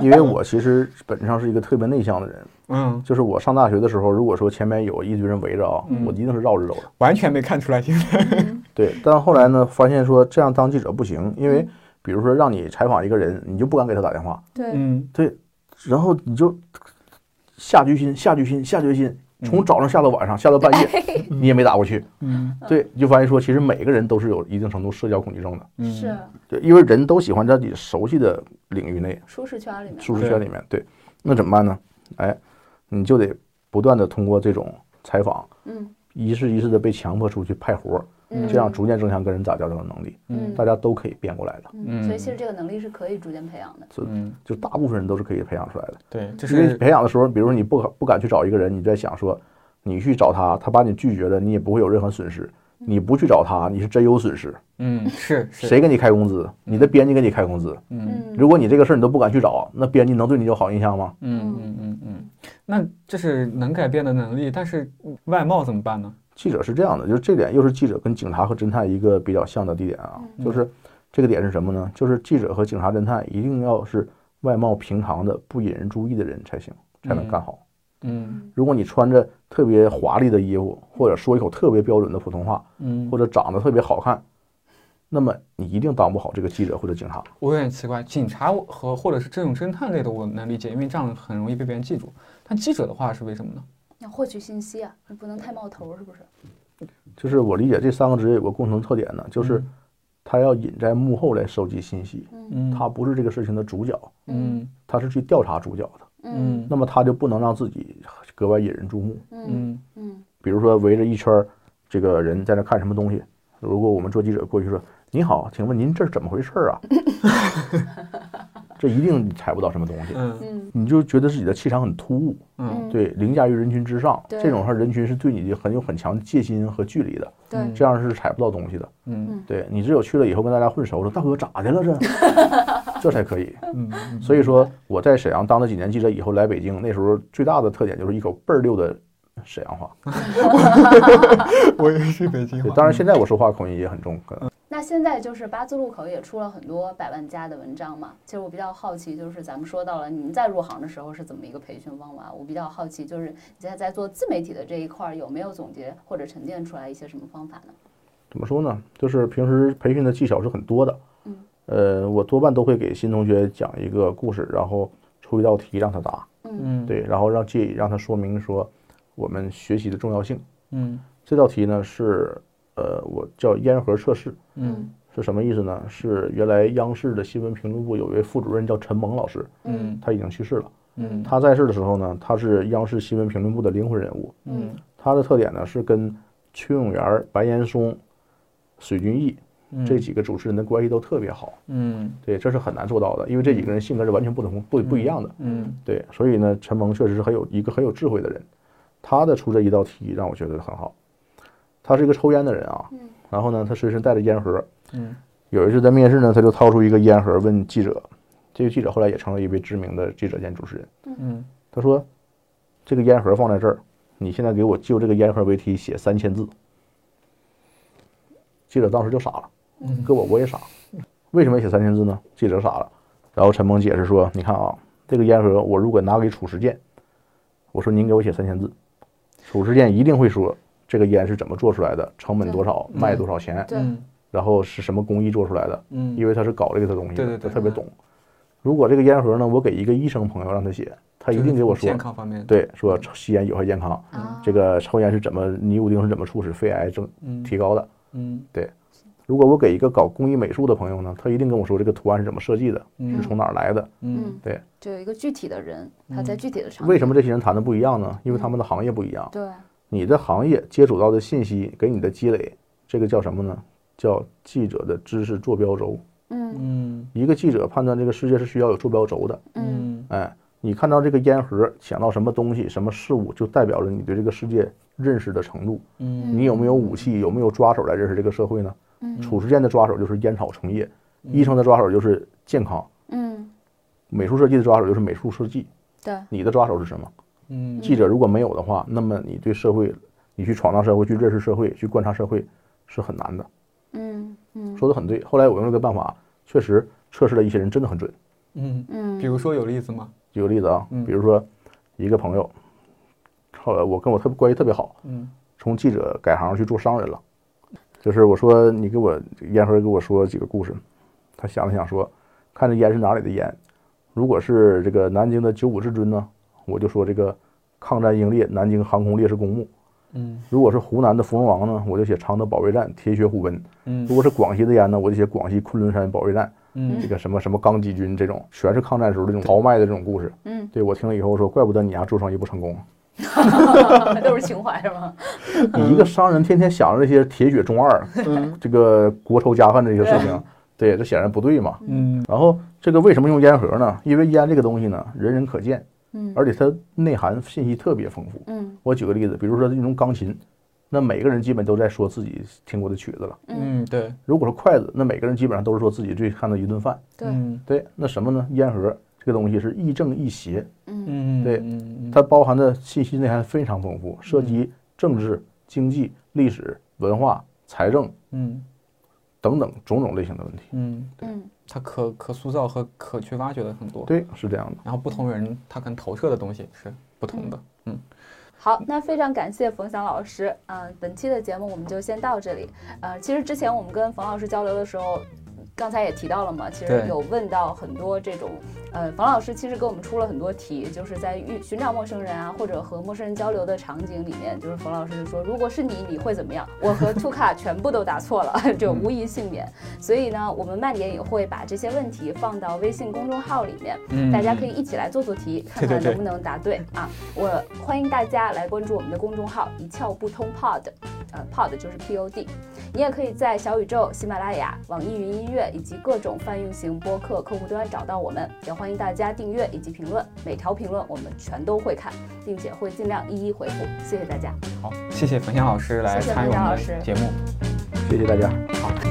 Speaker 3: 因为我其实本质上是一个特别内向的人，
Speaker 2: 嗯，
Speaker 3: 就是我上大学的时候，如果说前面有一堆人围着啊，我一定是绕着走的。
Speaker 2: 完全没看出来，现在
Speaker 3: 对，但后来呢，发现说这样当记者不行，因为比如说让你采访一个人，你就不敢给他打电话，
Speaker 1: 对，
Speaker 2: 嗯
Speaker 3: 然后你就下决心、下决心、下决心，从早上下到晚上，下到半夜， <laughs> 你也没打过去。
Speaker 2: 嗯
Speaker 3: 对，你就发现说，其实每个人都是有一定程度社交恐惧症的，
Speaker 2: 嗯
Speaker 1: 是
Speaker 3: 对，因为人都喜欢在自己熟悉的领域内、
Speaker 1: 舒适圈里面，
Speaker 3: 舒适圈里面。对，那怎么办呢？哎，你就得不断的通过这种采访，
Speaker 1: 嗯
Speaker 3: 一次一次的被强迫出去派活儿，
Speaker 1: 嗯，
Speaker 3: 这样逐渐增强跟人打交道的能力，
Speaker 1: 嗯
Speaker 3: 大家都可以变过来的。
Speaker 1: 嗯，所以其实这个能力是可以逐渐培养的，
Speaker 2: 嗯，
Speaker 3: 就大部分人都是可以培养出来的。
Speaker 2: 对，这
Speaker 3: 因为
Speaker 2: 是
Speaker 3: 培养的时候，比如你不敢不敢去找一个人，你在想说，你去找他，他把你拒绝了，你也不会有任何损失。
Speaker 1: 嗯
Speaker 3: 你不去找他，你是真有损失。
Speaker 2: 嗯是是
Speaker 3: 谁给你开工资？你的编辑给你开工资。
Speaker 2: 嗯
Speaker 1: 嗯，
Speaker 3: 如果你这个事儿你都不敢去找，那编辑能对你有好印象吗？
Speaker 2: 嗯嗯嗯嗯，那这是能改变的能力，但是外貌怎么办呢？
Speaker 3: 记者是这样的，就是这点又是记者跟警察和侦探一个比较像的地点啊，
Speaker 1: 嗯
Speaker 3: 就是这个点是什么呢？就是记者和警察侦探一定要是外貌平常的、不引人注意的人才行，才能干好。
Speaker 2: 嗯
Speaker 3: 如果你穿着特别华丽的衣服，或者说一口特别标准的普通话，
Speaker 2: 嗯
Speaker 3: 或，者长得特别好看，那么你一定当不好这个记者或者警察。
Speaker 2: 我有点奇怪，警察我和或者是这种侦探类的我能理解，因为这样很容易被别人记住。但记者的话是为什么呢？
Speaker 1: 要获取信息啊，你不能太冒头，是不是？
Speaker 3: 就是我理解这三个职业有个共同特点呢，就是
Speaker 2: 嗯
Speaker 3: 他要隐在幕后来收集信息，
Speaker 2: 嗯，
Speaker 3: 他不是这个事情的主角，
Speaker 2: 嗯
Speaker 3: 他是去调查主角的。
Speaker 1: 嗯
Speaker 2: 嗯
Speaker 3: 那么他就不能让自己格外引人注目。
Speaker 1: 嗯
Speaker 2: 嗯
Speaker 1: 嗯
Speaker 3: 比如说围着一圈儿这个人在那看什么东西，如果我们做记者过去说，您好，请问您这是怎么回事儿啊？ <laughs> 这一定踩不到什么东西，
Speaker 2: 嗯
Speaker 1: 嗯
Speaker 3: 你就觉得自己的气场很突兀，
Speaker 2: 嗯，
Speaker 3: 对，凌驾于人群之上，
Speaker 1: 对
Speaker 3: 这种事儿人群是对你很有很强戒心和距离的，
Speaker 1: 对
Speaker 2: 嗯
Speaker 3: 这样是踩不到东西的。
Speaker 2: 嗯
Speaker 3: 对你只有去了以后跟大家混熟了，大哥咋的了这，这才可以。
Speaker 2: 嗯嗯，
Speaker 3: 所以说我在沈阳当了几年记者以后来北京，那时候最大的特点就是一口倍儿溜的沈阳话。
Speaker 2: 我也是北京
Speaker 3: 对，
Speaker 2: 话，
Speaker 3: 当然现在我说话嗯口音也很重，可能
Speaker 1: 那现在就是八字路口也出了很多百万加的文章嘛。其实我比较好奇，就是咱们说到了您在入行的时候是怎么一个培训方法？我比较好奇，就是你现在在做自媒体的这一块儿，有没有总结或者沉淀出来一些什么方法呢？
Speaker 3: 怎么说呢？就是平时培训的技巧是很多的。
Speaker 1: 嗯，
Speaker 3: 呃，我多半都会给新同学讲一个故事，然后出一道题让他答，
Speaker 2: 嗯
Speaker 3: 对，然后让借以让他说明说我们学习的重要性。
Speaker 2: 嗯
Speaker 3: 这道题呢是呃，我叫烟盒测试，
Speaker 2: 嗯
Speaker 3: 是什么意思呢？是原来央视的新闻评论部有一位副主任叫陈萌老师，
Speaker 2: 嗯
Speaker 3: 他已经去世了。
Speaker 2: 嗯
Speaker 3: 他在世的时候呢，他是央视新闻评论部的灵魂人物。
Speaker 2: 嗯
Speaker 3: 他的特点呢是跟崔永元、白岩松、水均益
Speaker 2: 嗯
Speaker 3: 这几个主持人的关系都特别好。
Speaker 2: 嗯
Speaker 3: 对，这是很难做到的，因为这几个人性格是完全不同、不不一样的。
Speaker 2: 嗯
Speaker 3: 对，所以呢，陈蒙确实是很有一个很有智慧的人，他的出这一道题让我觉得很好。他是一个抽烟的人啊，然后呢，他随身带着烟盒。
Speaker 2: 嗯
Speaker 3: 有一次在面试呢，他就掏出一个烟盒问记者，这个记者后来也成了一位知名的记者兼主持人。
Speaker 2: 嗯
Speaker 3: 他说：“这个烟盒放在这儿，你现在给我就这个烟盒为题写三千字。”记者当时就傻了，
Speaker 2: 嗯
Speaker 3: 搁我我也傻。为什么要写三千字呢？记者傻了。然后陈鹏解释说：“你看啊，这个烟盒我如果拿给褚时健，我说您给我写三千字，褚时健一定会说这个烟是怎么做出来的，成本多少，
Speaker 2: 嗯
Speaker 3: 卖多少钱，
Speaker 1: 对
Speaker 2: 嗯
Speaker 3: 然后是什么工艺做出来的，
Speaker 2: 嗯，
Speaker 3: 因为他是搞这个的东西的，
Speaker 2: 对对对嗯
Speaker 3: 他特别懂。如果这个烟盒呢，我给一个医生朋友让他写，他一定给我说
Speaker 2: 健康方面，
Speaker 3: 对，说吸烟有害健
Speaker 2: 嗯
Speaker 3: 康，
Speaker 1: 啊
Speaker 3: 这个抽烟是怎么尼古丁是怎么促使肺癌症
Speaker 2: 嗯
Speaker 3: 提高的。
Speaker 2: 嗯
Speaker 3: 如果我给一个搞工艺美术的朋友呢，他一定跟我说这个图案是怎么设计的，是
Speaker 2: 嗯
Speaker 3: 从哪儿来的，
Speaker 2: 嗯
Speaker 3: 对，嗯
Speaker 1: 就有一个具体的人，他在具体的场景，
Speaker 3: 为什么这些人谈的不一样呢？因为他们的行业不一样，
Speaker 1: 对，
Speaker 3: 你的行业接触到的信息给你的积累，这个叫什么呢？叫记者的知识坐标轴。
Speaker 1: 嗯
Speaker 2: 嗯
Speaker 3: 一个记者判断这个世界是需要有坐标轴的，
Speaker 1: 嗯
Speaker 2: 嗯
Speaker 3: 哎，你看到这个烟盒，想到什么东西、什么事物，就代表着你对这个世界认识的程度。
Speaker 2: 嗯
Speaker 3: 你有没有武器，有没有抓手来认识这个社会呢？
Speaker 1: 嗯
Speaker 3: 褚时健的抓手就是烟草成业，
Speaker 2: 嗯
Speaker 3: 医生的抓手就是健康，
Speaker 1: 嗯，
Speaker 3: 美术设计的抓手就是美术设计。
Speaker 1: 对，
Speaker 3: 你的抓手是什么？
Speaker 2: 嗯
Speaker 3: 记者如果没有的话，那么你对社会，你去闯荡社会，去认识社会，去观察社会是很难的。
Speaker 1: 嗯嗯
Speaker 3: 说的很对。后来我用了个办法，确实测试了一些人真的很准。
Speaker 2: 嗯，比
Speaker 1: 嗯
Speaker 2: 如说有例子吗？
Speaker 3: 举个例子啊，比如说一个朋友，后来我跟我特别关系特别好，
Speaker 2: 嗯
Speaker 3: 从记者改行去做商人了。就是我说你给我烟盒给我说几个故事，他想了想说，看这烟是哪里的烟，如果是这个南京的九五至尊呢，我就说这个抗战英烈南京航空烈士公墓；
Speaker 2: 嗯
Speaker 3: 如果是湖南的芙蓉王呢，我就写常德保卫战铁血虎贲；如
Speaker 2: 嗯
Speaker 3: 果是广西的烟呢，我就写广西昆仑山保卫战
Speaker 2: 嗯
Speaker 3: 这个什么什么钢击军这种，全是抗战时候这种豪迈的这种故事。
Speaker 1: 嗯，
Speaker 3: 对我听了以后说，怪不得你丫做生意不成功，
Speaker 1: <laughs> 都是情怀是吗？
Speaker 3: 你一个商人天天想着这些铁血中二，
Speaker 2: 嗯
Speaker 3: 这个国仇家恨这些事情，对，这显然不对嘛。
Speaker 2: 嗯
Speaker 3: 然后这个为什么用烟盒呢？因为烟这个东西呢，人人可见，
Speaker 1: 嗯
Speaker 3: 而且它内涵信息特别丰富。
Speaker 1: 嗯
Speaker 3: 我举个例子，比如说这种钢琴，那每个人基本都在说自己听过的曲子了。
Speaker 2: 嗯对
Speaker 3: 如果说筷子，那每个人基本上都是说自己最看的一顿饭。
Speaker 1: 对，
Speaker 2: 嗯
Speaker 3: 对，那什么呢？烟盒这个东西是亦正亦邪，
Speaker 1: 嗯
Speaker 2: 嗯
Speaker 3: 它包含的信息内涵非常丰富，涉及政治、经济、历史、文化、财政
Speaker 2: 嗯
Speaker 3: 等等种种类型的问题。
Speaker 2: 嗯，
Speaker 1: 嗯
Speaker 2: 它可可塑造和可去挖掘的很多。
Speaker 3: 对，是这样的。
Speaker 2: 然后不同人他可能投射的东西是不同的。嗯
Speaker 1: 好，那非常感谢冯翔老师。呃，本期的节目我们就先到这里。呃，其实之前我们跟冯老师交流的时候，刚才也提到了嘛，其实
Speaker 2: 对
Speaker 1: 有问到很多这种，呃，冯老师其实给我们出了很多题，就是在遇寻找陌生人啊，或者和陌生人交流的场景里面，就是冯老师就说，如果是你，你会怎么样？我和 t u k a 全部都答错了， <laughs> 就无一幸免。所以呢，我们慢点也会把这些问题放到微信公众号里面，
Speaker 2: 嗯
Speaker 1: 大家可以一起来做做题，看
Speaker 2: 对
Speaker 1: 看
Speaker 2: 对
Speaker 1: 能不能答对啊！我欢迎大家来关注我们的公众号“一窍不通 Pod”。呃 pod 就是 pod。你也可以在小宇宙、喜马拉雅、网易云音乐以及各种泛用型播客客户端找到我们，也欢迎大家订阅以及评论，每条评论我们全都会看，并且会尽量一一回复。谢谢大家。
Speaker 2: 嗯好，谢谢冯翔老师来
Speaker 1: 谢谢
Speaker 2: 参与
Speaker 1: 冯翔
Speaker 2: 我们
Speaker 1: 老
Speaker 2: 的
Speaker 1: 师
Speaker 2: 节目。
Speaker 3: 谢谢大家。
Speaker 2: 好。